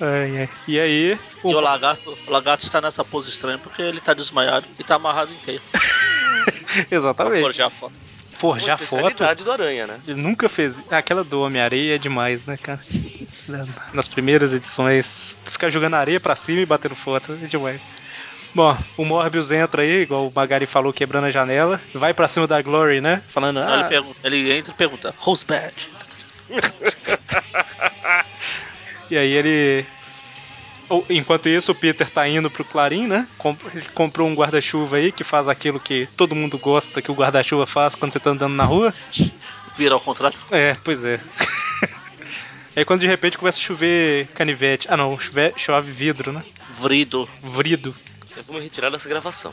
[SPEAKER 2] Ai, ai. E aí.
[SPEAKER 3] E o lagarto, o lagarto está nessa pose estranha porque ele tá desmaiado e tá amarrado inteiro.
[SPEAKER 4] Tá
[SPEAKER 3] Pra
[SPEAKER 2] Exatamente.
[SPEAKER 3] forjar a foto.
[SPEAKER 4] Uma
[SPEAKER 2] Forjar foto.
[SPEAKER 4] especialidade do Aranha, né?
[SPEAKER 2] Ele nunca fez. Ah, Aquela do Homem-Areia é demais, né, cara? Nas primeiras edições, ficar jogando areia pra cima e batendo foto é demais. Bom, o Morbius entra aí, igual o Magari falou, quebrando a janela, vai pra cima da Glory, né? Falando,
[SPEAKER 3] Aí Então Ele,
[SPEAKER 2] ah,
[SPEAKER 3] pergunta- ele entra e pergunta, who's bad?
[SPEAKER 2] e aí ele. Ou- Enquanto isso, o Peter tá indo pro Clarim, né? Com- Ele comprou um guarda-chuva aí que faz aquilo que todo mundo gosta que o guarda-chuva faz quando você tá andando na rua.
[SPEAKER 3] Vira ao contrário.
[SPEAKER 2] É, pois é. Aí quando de repente começa a chover canivete. Ah não, chove, chove vidro, né?
[SPEAKER 3] Vrido.
[SPEAKER 2] Vrido.
[SPEAKER 4] Eu vou me retirar dessa gravação.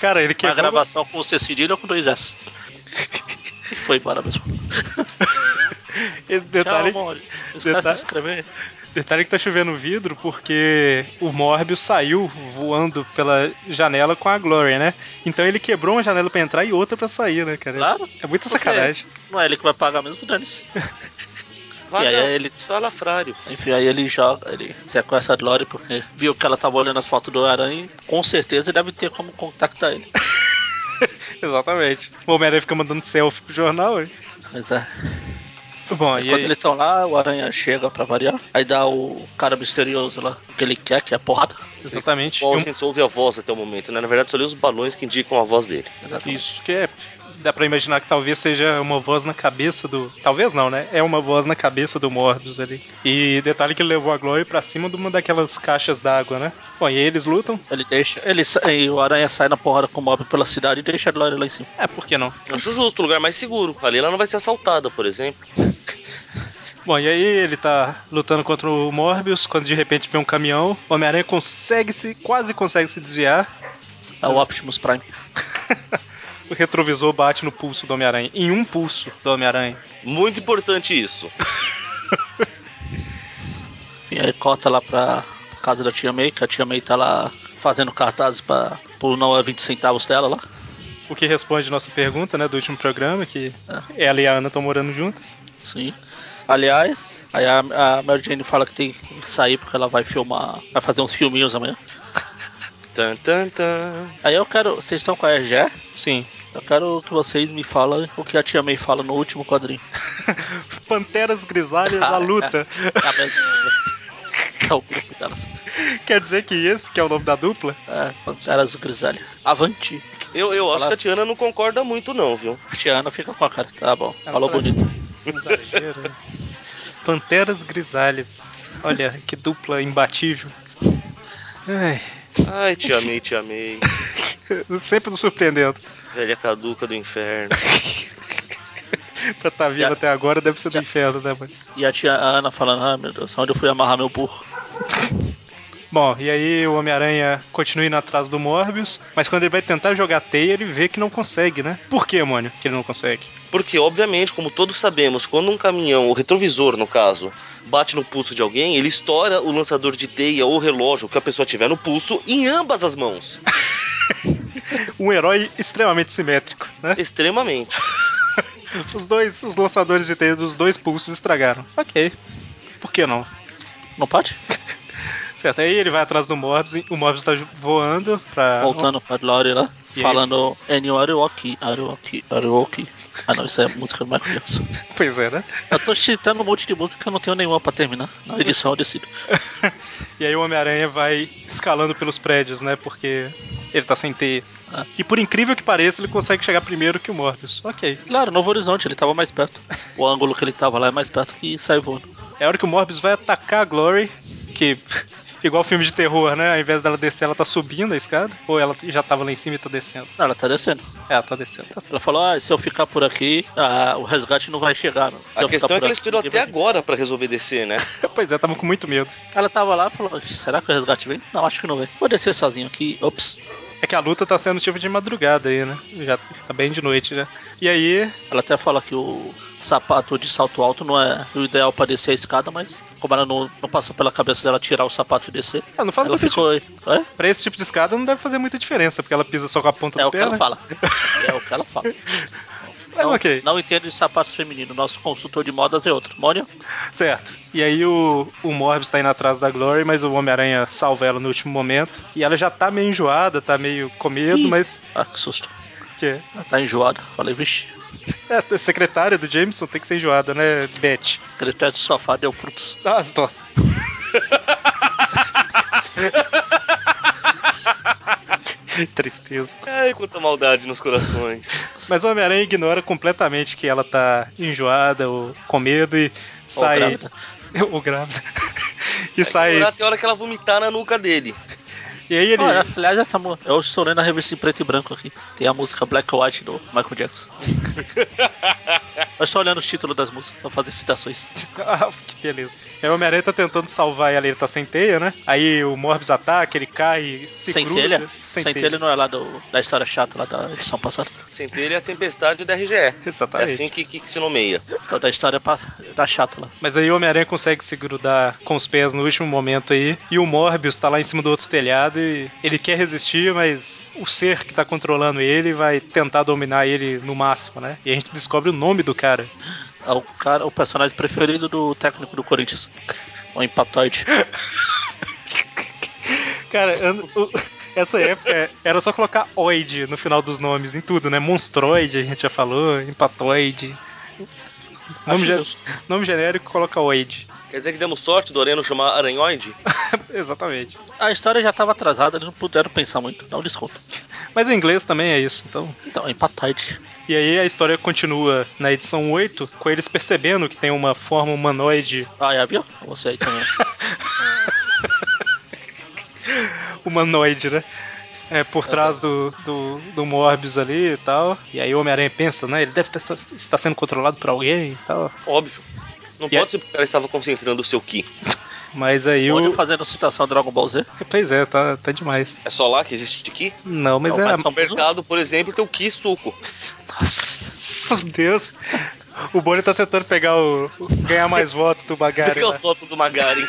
[SPEAKER 2] Cara, ele
[SPEAKER 3] Uma
[SPEAKER 2] quebrou.
[SPEAKER 3] gravação com o C cedilha ou com dois S? E foi embora mesmo.
[SPEAKER 2] Ele-
[SPEAKER 3] Tchau,
[SPEAKER 2] Detalhe,
[SPEAKER 3] amor. Não Esquece de
[SPEAKER 2] detalhe-
[SPEAKER 3] se inscrever.
[SPEAKER 2] detalhe que tá chovendo vidro porque o Morbius saiu voando pela janela com a Gloria, né? Então ele quebrou uma janela pra entrar e outra pra sair, né, cara?
[SPEAKER 3] Claro.
[SPEAKER 2] É muita
[SPEAKER 3] Por quê?
[SPEAKER 2] sacanagem.
[SPEAKER 3] Não é ele que vai pagar mesmo, dane-se.
[SPEAKER 4] Vaga,
[SPEAKER 3] E aí ele-
[SPEAKER 4] salafrário.
[SPEAKER 3] Enfim, aí ele joga, ele sequestra a Lori porque viu que ela tava olhando as fotos do Aranha e com certeza deve ter como contactar ele.
[SPEAKER 2] Exatamente. O Homem-Aranha fica mandando selfie pro jornal. hein?
[SPEAKER 3] Mas é.
[SPEAKER 2] Bom,
[SPEAKER 3] Aí
[SPEAKER 2] e
[SPEAKER 3] É quando
[SPEAKER 2] aí?
[SPEAKER 3] eles estão lá, o Aranha chega pra variar. Aí dá o cara misterioso lá, o que ele quer, que é porrada.
[SPEAKER 2] Exatamente.
[SPEAKER 4] Bom,
[SPEAKER 2] E
[SPEAKER 4] a
[SPEAKER 2] um-
[SPEAKER 4] gente só ouve a voz até o momento, né? Na verdade, só lê os balões que indicam a voz dele.
[SPEAKER 3] Exatamente.
[SPEAKER 2] Isso que é. Dá pra imaginar que talvez seja uma voz na cabeça do. Talvez não, né? É uma voz na cabeça do Morbius ali. E detalhe que ele levou a Glory pra cima de uma daquelas caixas d'água, né? Bom, e aí eles lutam?
[SPEAKER 3] Ele deixa. Ele, sa- e o Aranha sai na porrada com o mob pela cidade e deixa a Lori lá em cima.
[SPEAKER 2] É, por que não?
[SPEAKER 4] Acho justo, o lugar mais seguro. Ali ela não vai ser assaltada, por exemplo.
[SPEAKER 2] Bom, e aí ele tá lutando contra o Morbius, quando de repente vem um caminhão. O Homem-Aranha consegue se. quase consegue se desviar.
[SPEAKER 3] É o Optimus Prime.
[SPEAKER 2] O retrovisor bate no pulso do Homem-Aranha. Em um pulso do Homem-Aranha.
[SPEAKER 4] Muito importante isso.
[SPEAKER 3] E aí corta lá pra casa da tia May, que a tia May tá lá fazendo cartazes pra, por não é 20 centavos dela lá.
[SPEAKER 2] O que responde nossa pergunta, né, do último programa, que ela e a Ana estão morando juntas.
[SPEAKER 3] Sim. Aliás, aí a, a Mary Jane fala que tem que sair porque ela vai filmar, vai fazer uns filminhos amanhã.
[SPEAKER 4] Tan, tan, tan.
[SPEAKER 3] Aí eu quero, vocês estão com a EG?
[SPEAKER 2] Sim.
[SPEAKER 3] Eu quero que vocês me falem o que a tia May fala no último quadrinho.
[SPEAKER 2] Panteras grisalhas à luta.
[SPEAKER 3] É a mesma. É o grupo delas.
[SPEAKER 2] Quer dizer que esse que é o nome da dupla?
[SPEAKER 3] É, Panteras Grisalha. Avante.
[SPEAKER 4] Eu, eu acho
[SPEAKER 3] Fala-
[SPEAKER 4] que a Tiana não concorda muito, não, viu?
[SPEAKER 3] A Tiana fica com a cara. Tá bom.
[SPEAKER 2] Ela
[SPEAKER 3] Falou
[SPEAKER 2] tá-
[SPEAKER 3] bonito.
[SPEAKER 2] Exagero. né? Panteras grisalhas. Olha, que dupla imbatível. Ai,
[SPEAKER 4] Ai, te amei, te amei.
[SPEAKER 2] sempre nos surpreendendo.
[SPEAKER 4] Velha caduca do inferno.
[SPEAKER 2] Pra estar vivo
[SPEAKER 3] Já-
[SPEAKER 2] até agora deve ser do inferno, né, mano?
[SPEAKER 3] E a tia Ana falando, ah meu Deus, onde eu fui amarrar meu burro?
[SPEAKER 2] Bom, e aí o Homem-Aranha continua indo atrás do Morbius, mas quando ele vai tentar jogar teia, ele vê que não consegue, né? Por que, Mônio, que ele não consegue?
[SPEAKER 4] Porque, obviamente, como todos sabemos, quando um caminhão, o retrovisor no caso, bate no pulso de alguém, ele estoura o lançador de teia ou o relógio que a pessoa tiver no pulso em ambas as mãos.
[SPEAKER 2] Um herói extremamente simétrico, né?
[SPEAKER 4] Extremamente.
[SPEAKER 2] Os dois, os lançadores de teia dos dois pulsos estragaram. Ok. Por que não?
[SPEAKER 3] Não pode?
[SPEAKER 2] Certo, aí ele vai atrás do Morbius, e o Morbius tá voando pra.
[SPEAKER 3] Voltando pra Lori lá,
[SPEAKER 2] Tá E aí?
[SPEAKER 3] falando Enio Ariwaki, Ariwaki, Ariwaki. Ah não, isso é música do Michael Jackson.
[SPEAKER 2] Pois é, né?
[SPEAKER 3] Eu tô citando um monte de música que eu não tenho nenhuma pra terminar. Na edição eu decido.
[SPEAKER 2] E aí o Homem-Aranha vai escalando pelos prédios, né? Porque ele tá sem teia.
[SPEAKER 3] Ah.
[SPEAKER 2] E por incrível que pareça, ele consegue chegar primeiro que o Morbius. Ok.
[SPEAKER 3] Claro, Novo Horizonte, ele tava mais perto. O ângulo que ele tava lá é mais perto que sai voando.
[SPEAKER 2] É a hora que o Morbius vai atacar a Glory, que. Igual filme de terror, né? Ao invés dela descer, ela tá subindo a escada. Ou ela já tava lá em cima e tá descendo?
[SPEAKER 3] Não, ela tá descendo.
[SPEAKER 2] É, ela tá descendo. Tá
[SPEAKER 3] Ela falou, ah, se eu ficar por aqui, ah, o resgate não vai chegar. Não. Se eu
[SPEAKER 4] A
[SPEAKER 3] ficar
[SPEAKER 4] questão é
[SPEAKER 3] por
[SPEAKER 4] que ela
[SPEAKER 3] aqui, tá
[SPEAKER 4] esperou
[SPEAKER 3] ninguém
[SPEAKER 4] até
[SPEAKER 3] vai vir."
[SPEAKER 4] agora pra resolver descer, né?
[SPEAKER 2] Pois é, tava com muito medo.
[SPEAKER 3] Ela tava lá e falou, será que o resgate vem? Não, acho que não vem. Vou descer sozinho aqui. Ops.
[SPEAKER 2] É que a luta tá sendo tipo de madrugada aí, né? Já tá bem de noite, né? E aí,
[SPEAKER 3] Ela até fala que o sapato de salto alto não é o ideal pra descer a escada, mas como ela não, não passou pela cabeça dela tirar o sapato e descer,
[SPEAKER 2] Ah, não faz
[SPEAKER 3] ela
[SPEAKER 2] muita
[SPEAKER 3] ficou. É?
[SPEAKER 2] Pra esse tipo de escada não deve fazer muita diferença, porque ela pisa só com a ponta
[SPEAKER 3] É
[SPEAKER 2] do
[SPEAKER 3] o
[SPEAKER 2] pé.
[SPEAKER 3] que ela
[SPEAKER 2] né?
[SPEAKER 3] fala. É o que ela fala.
[SPEAKER 2] Mas ok,
[SPEAKER 3] não entendo de sapatos femininos. Nosso consultor de modas é outro. Mônio?
[SPEAKER 2] certo. E aí o, o Morbius tá indo atrás da Glory, mas o Homem-Aranha salva ela no último momento. E ela já tá meio enjoada, tá meio com medo,
[SPEAKER 3] Ih.
[SPEAKER 2] mas.
[SPEAKER 3] Ah, que susto.
[SPEAKER 2] Que
[SPEAKER 3] Ela tá enjoada. Falei, vixe,
[SPEAKER 2] é, secretária do Jameson tem que ser enjoada, né, Beth?
[SPEAKER 3] aquele teto de sofá deu frutos.
[SPEAKER 2] Ah, nossa. Tristeza.
[SPEAKER 4] Ai, quanta maldade nos corações.
[SPEAKER 2] Mas o Homem-Aranha ignora completamente que ela tá enjoada ou com medo e sai.
[SPEAKER 3] grávida.
[SPEAKER 2] Ou grávida. e sai.
[SPEAKER 4] Ignorar Até a hora que ela vomitar na nuca dele.
[SPEAKER 2] E aí ele.
[SPEAKER 3] Olha, aliás, essa música. Eu estou lendo a revista em preto e branco aqui. Tem a música Black or White do Michael Jackson. eu estou olhando o título das músicas pra fazer citações.
[SPEAKER 2] Ah, que beleza. Aí o Homem-Aranha tá tentando salvar ela, ele tá sem teia, né? Aí o Morbius ataca, ele cai, se
[SPEAKER 3] Sem
[SPEAKER 2] gruda.
[SPEAKER 3] telha?
[SPEAKER 2] Sem,
[SPEAKER 3] Sem
[SPEAKER 2] telha.
[SPEAKER 3] telha não é lá do- da história chata lá da edição passada.
[SPEAKER 4] Centelha é a tempestade da RGE. É
[SPEAKER 2] Exatamente.
[SPEAKER 4] assim que, que- que se nomeia.
[SPEAKER 3] Não, Da história pa- da chata lá.
[SPEAKER 2] Mas aí o Homem-Aranha consegue se grudar com os pés no último momento aí. E o Morbius tá lá em cima do outro telhado e ele quer resistir, mas o ser que tá controlando ele vai tentar dominar ele no máximo, né? E a gente descobre o nome do cara.
[SPEAKER 3] É o, cara, o personagem preferido do técnico do Corinthians. Um O empatoide.
[SPEAKER 2] Cara, an- o- essa época é, era só colocar oid no final dos nomes, em tudo, né? Monstroid, a gente já falou, empatoide. Nome,
[SPEAKER 3] Acho
[SPEAKER 2] ge-
[SPEAKER 3] justo.
[SPEAKER 2] nome genérico, coloca oid.
[SPEAKER 4] Quer dizer que demos sorte do Oreno chamar Aranhoide?
[SPEAKER 2] Exatamente.
[SPEAKER 3] A história já estava atrasada, eles não puderam pensar muito. Dá um desconto.
[SPEAKER 2] Mas em inglês também é isso, então.
[SPEAKER 3] Então, empatoide.
[SPEAKER 2] E aí a história continua na edição 8, com eles percebendo que tem uma forma humanoide,
[SPEAKER 3] Ah, é, viu? Você aí também.
[SPEAKER 2] humanoide, né? É, por trás do, do, do Morbius ali e tal. E aí o Homem-Aranha pensa, né? Ele deve estar, estar sendo controlado por alguém e tal.
[SPEAKER 4] Óbvio. Não
[SPEAKER 2] E
[SPEAKER 4] pode ser porque o cara estava concentrando o seu Ki.
[SPEAKER 2] Mas aí
[SPEAKER 3] Olha eu
[SPEAKER 2] o.
[SPEAKER 3] fazendo citação a Dragon Ball Z.
[SPEAKER 2] Pois é, tá, tá demais.
[SPEAKER 4] É só lá que existe Ki?
[SPEAKER 2] Não, mas
[SPEAKER 3] Não,
[SPEAKER 2] é.
[SPEAKER 3] mas
[SPEAKER 4] No mercado, por exemplo, tem o Ki suco.
[SPEAKER 2] Nossa, Deus! O Boni tá tentando pegar o. ganhar mais votos do né? Bagari.
[SPEAKER 4] Pega a
[SPEAKER 2] lá.
[SPEAKER 4] foto do Magari.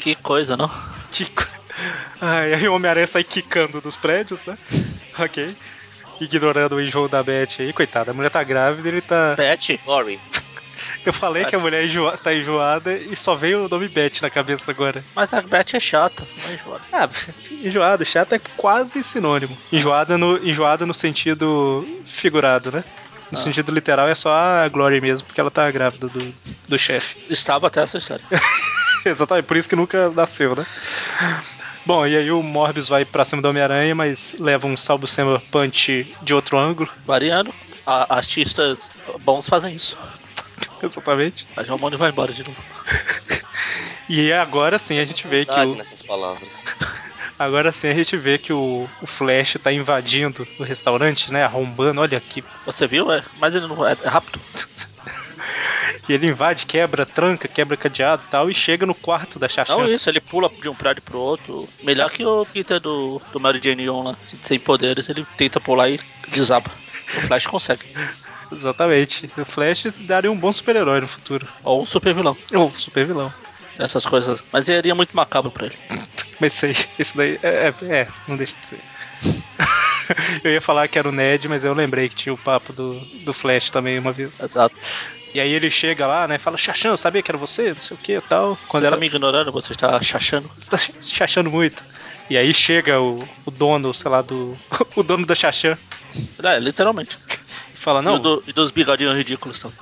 [SPEAKER 3] Que coisa, não?
[SPEAKER 2] Que co- Ai, aí o Homem-Aranha sai quicando dos prédios, né? Ok. Ignorando o enjoo da Beth aí, coitada, a mulher tá grávida, ele tá.
[SPEAKER 3] Pet.
[SPEAKER 4] Sorry.
[SPEAKER 2] Eu falei que a mulher enjoa- tá enjoada e só veio o nome Beth na cabeça agora.
[SPEAKER 3] Mas a Pet é chata. Mas, olha,
[SPEAKER 2] Ah, enjoada, chata é quase sinônimo. Enjoada no, enjoada no sentido figurado, né? No
[SPEAKER 3] Ah.
[SPEAKER 2] sentido literal é só a Glory mesmo, porque ela tá grávida do, do chefe.
[SPEAKER 3] estava até essa história.
[SPEAKER 2] Exatamente, por isso que nunca nasceu, né? Bom, e aí o Morbius vai pra cima do Homem-Aranha, mas leva um salvo sema punch de outro ângulo,
[SPEAKER 3] Variando, a- artistas bons fazem isso.
[SPEAKER 2] exatamente.
[SPEAKER 3] Mas o Romano vai embora de novo.
[SPEAKER 2] E agora sim a gente vê que
[SPEAKER 4] Verdade né?
[SPEAKER 2] o,
[SPEAKER 4] nessas palavras.
[SPEAKER 2] agora sim a gente vê que o, o Flash tá invadindo o restaurante, né? Arrombando, olha aqui.
[SPEAKER 3] Você viu? É, mas ele não é, é rápido.
[SPEAKER 2] E ele invade, quebra, tranca, quebra cadeado e tal, e chega no quarto da
[SPEAKER 3] Não
[SPEAKER 2] Chachana.
[SPEAKER 3] Então, isso, ele pula de um prédio pro outro. Melhor que o Peter do, do Mary Jane On lá. Sem poderes, ele tenta pular e desaba. O Flash consegue.
[SPEAKER 2] Exatamente. O Flash daria um bom super-herói no futuro.
[SPEAKER 3] Ou um super vilão.
[SPEAKER 2] Ou super vilão.
[SPEAKER 3] Essas coisas. Mas seria muito macabro pra ele.
[SPEAKER 2] Mas sei, isso daí é, é- é, não deixa de ser. eu ia falar que era o Ned, mas eu lembrei que tinha o papo do, do Flash também uma vez.
[SPEAKER 3] Exato.
[SPEAKER 2] E aí ele chega lá, né? Fala, Xaxã, eu sabia que era você, não sei o que tal. Quando
[SPEAKER 3] você
[SPEAKER 2] ela
[SPEAKER 3] tá me ignorando, você está chachando.
[SPEAKER 2] tá chachando muito. E aí chega o, o dono, sei lá, do. o dono da Xaxã
[SPEAKER 3] É, literalmente.
[SPEAKER 2] e fala,
[SPEAKER 3] Não.
[SPEAKER 2] não.
[SPEAKER 3] E, o do- e dos bigodinhos ridículos também.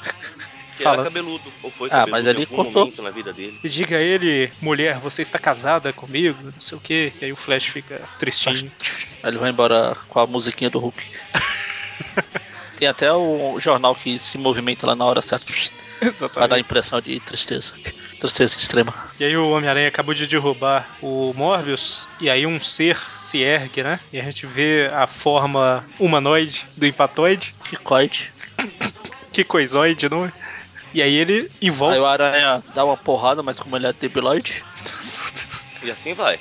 [SPEAKER 4] Que
[SPEAKER 2] Fala.
[SPEAKER 4] era cabeludo. Ou foi
[SPEAKER 3] Ah,
[SPEAKER 4] cabeludo
[SPEAKER 3] mas
[SPEAKER 4] em
[SPEAKER 3] ali
[SPEAKER 4] algum
[SPEAKER 3] cortou.
[SPEAKER 4] momento na vida dele.
[SPEAKER 2] Diga a ele, mulher, você está casada comigo, não sei o que. E aí o Flash fica tristinho.
[SPEAKER 3] Aí ele vai embora com a musiquinha do Hulk. Tem até o jornal que se movimenta lá na hora certa pra dar a
[SPEAKER 2] Exatamente.
[SPEAKER 3] impressão de tristeza. Tristeza extrema.
[SPEAKER 2] E aí o Homem-Aranha acabou de derrubar o Morbius, e aí um ser se ergue, né? E a gente vê a forma humanoide do empatoide,
[SPEAKER 3] Que coide.
[SPEAKER 2] que coisoide, não é? E aí ele
[SPEAKER 3] Aí o
[SPEAKER 2] envolve.
[SPEAKER 3] Aranha dá uma porrada, mas como ele é debiloide,
[SPEAKER 4] E assim vai.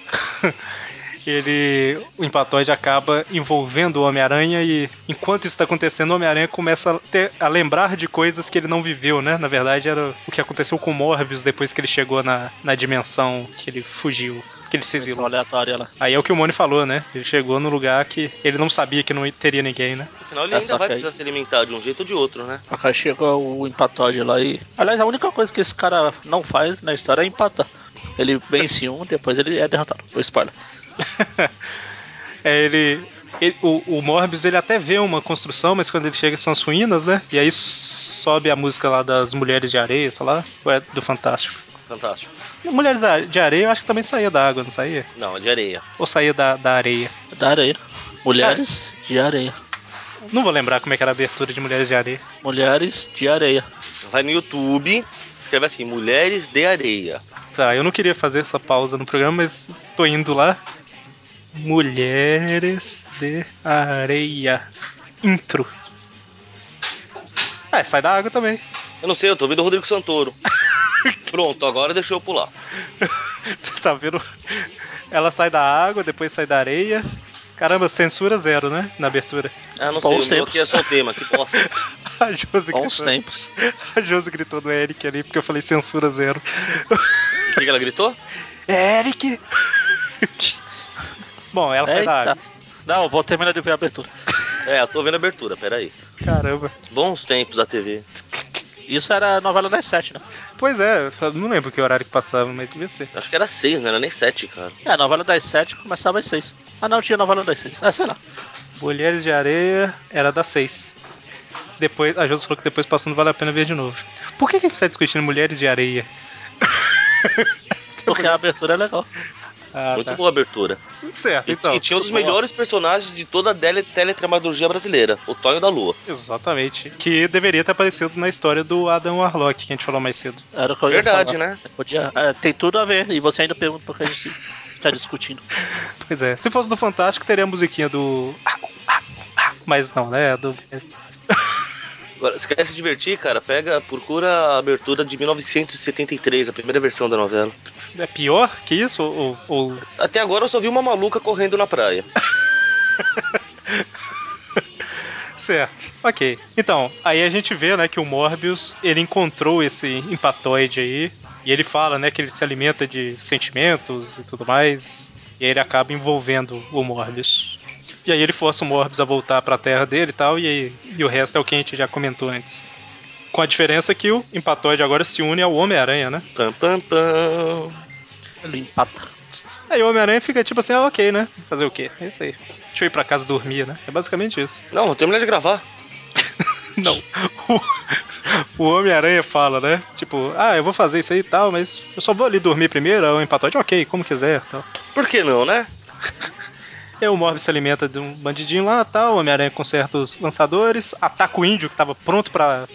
[SPEAKER 2] Ele. O empatoide acaba envolvendo o Homem-Aranha e enquanto isso tá acontecendo, o Homem-Aranha começa a, ter- a lembrar de coisas que ele não viveu, né? Na verdade, era o que aconteceu com o Morbius depois que ele chegou na, na dimensão que ele fugiu. Que ele se exilou.
[SPEAKER 3] visão aleatória lá.
[SPEAKER 2] Aí é o que o Mone falou, né? Ele chegou no lugar que ele não sabia que não teria ninguém, né?
[SPEAKER 4] Afinal, ele
[SPEAKER 3] É,
[SPEAKER 4] ainda
[SPEAKER 3] só
[SPEAKER 4] vai
[SPEAKER 3] que aí-
[SPEAKER 4] precisar se alimentar de um jeito ou de outro, né?
[SPEAKER 3] Aí chega o empatóide lá e. Aliás, a única coisa que esse cara não faz na história é empatar. Ele vence um, depois ele é derrotado. Vou spoiler.
[SPEAKER 2] É, ele. ele- o, o Morbius ele até vê uma construção, mas quando ele chega são as ruínas, né? E aí sobe a música lá das Mulheres de Areia, sei lá, ou é do Fantástico.
[SPEAKER 4] Fantástico.
[SPEAKER 2] Mulheres a- de Areia eu acho que também saía da água, não saía?
[SPEAKER 4] Não, é de areia.
[SPEAKER 2] Ou saía da, da areia?
[SPEAKER 3] Da areia. Mulheres de areia.
[SPEAKER 2] Não vou lembrar como é que era a abertura de Mulheres de Areia.
[SPEAKER 3] Mulheres de areia.
[SPEAKER 4] Vai no YouTube, escreve assim, Mulheres de Areia.
[SPEAKER 2] Tá, eu não queria fazer essa pausa no programa, mas tô indo lá. Mulheres de Areia. Intro. É, sai da água também.
[SPEAKER 4] Eu não sei, eu tô ouvindo o Rodrigo Santoro. Pronto, agora deixou eu pular.
[SPEAKER 2] Você tá vendo? Ela sai da água, depois sai da areia. Caramba, censura zero, né? Na abertura.
[SPEAKER 4] Ah, não sei,
[SPEAKER 3] Bons
[SPEAKER 4] o meu
[SPEAKER 3] tempos.
[SPEAKER 4] aqui é só o tema, que bosta.
[SPEAKER 2] A Josi,
[SPEAKER 3] Bons
[SPEAKER 2] gritou,
[SPEAKER 3] tempos.
[SPEAKER 2] a Josi gritou no Eric ali, porque eu falei censura zero.
[SPEAKER 4] O que, que ela gritou?
[SPEAKER 2] É, Eric! Bom, ela sai da
[SPEAKER 3] Eita.
[SPEAKER 2] água.
[SPEAKER 3] Não, vou terminar de ver a abertura.
[SPEAKER 4] É, eu tô vendo a abertura, peraí.
[SPEAKER 2] Caramba.
[SPEAKER 4] Bons tempos da TV.
[SPEAKER 3] Isso era a novela das sete, né?
[SPEAKER 2] Pois é, eu não lembro que horário que passava, mas devia ser.
[SPEAKER 4] Acho que era seis, não era nem sete, cara.
[SPEAKER 3] É, a novela das sete começava às seis. Ah, não, tinha novela das seis. Ah, sei lá.
[SPEAKER 2] Mulheres de Areia era das seis. Depois, a Josi falou que depois passando vale a pena ver de novo. Por que, que a gente tá discutindo Mulheres de Areia?
[SPEAKER 3] Porque a abertura é legal.
[SPEAKER 2] Ah,
[SPEAKER 4] Muito
[SPEAKER 2] tá.
[SPEAKER 4] boa abertura.
[SPEAKER 2] Certo,
[SPEAKER 4] E,
[SPEAKER 2] então.
[SPEAKER 4] e tinha um dos
[SPEAKER 3] boa.
[SPEAKER 4] melhores personagens de toda a tele- teletramaturgia brasileira, o Tonho da Lua.
[SPEAKER 2] Exatamente. Que deveria ter aparecido na história do Adam Warlock, que a gente falou mais cedo.
[SPEAKER 3] Era o que eu ia
[SPEAKER 4] Verdade,
[SPEAKER 3] falar.
[SPEAKER 4] né?
[SPEAKER 3] Podia, é, tem tudo a ver, e você ainda pergunta porque a gente está discutindo.
[SPEAKER 2] Pois é. Se fosse do Fantástico, teria a musiquinha do. Mas não, né? É Do...
[SPEAKER 4] Agora, se quer se divertir, cara, pega, procura a abertura de 1973, a primeira versão da novela.
[SPEAKER 2] É pior que isso? Ou, ou-
[SPEAKER 4] Até agora eu só vi uma maluca correndo na praia.
[SPEAKER 2] Certo. Ok. Então, aí a gente vê, né, que o Morbius, ele encontrou esse empatoide aí. E ele fala, né, que ele se alimenta de sentimentos e tudo mais. E aí ele acaba envolvendo o Morbius. E aí ele força o Morbius a voltar pra terra dele e tal. E, aí- e o resto é o que a gente já comentou antes. Com a diferença que o empatoide agora se une ao Homem-Aranha, né?
[SPEAKER 4] Pam, pam, pam.
[SPEAKER 3] Ele empata.
[SPEAKER 2] Aí o Homem-Aranha fica tipo assim, ah, ok, né? Fazer o quê? É isso aí. Deixa eu ir pra casa dormir, né? É basicamente isso.
[SPEAKER 4] Não, não terminei de gravar.
[SPEAKER 2] Não. O, o Homem-Aranha fala, né? Tipo, ah, eu vou fazer isso aí e tal, mas eu só vou ali dormir primeiro, aí o empatote, ok, como quiser tal.
[SPEAKER 4] Por que não, né?
[SPEAKER 2] E aí o Morbius se alimenta de um bandidinho lá tal, o Homem-Aranha conserta os lançadores, ataca o índio que tava pronto pra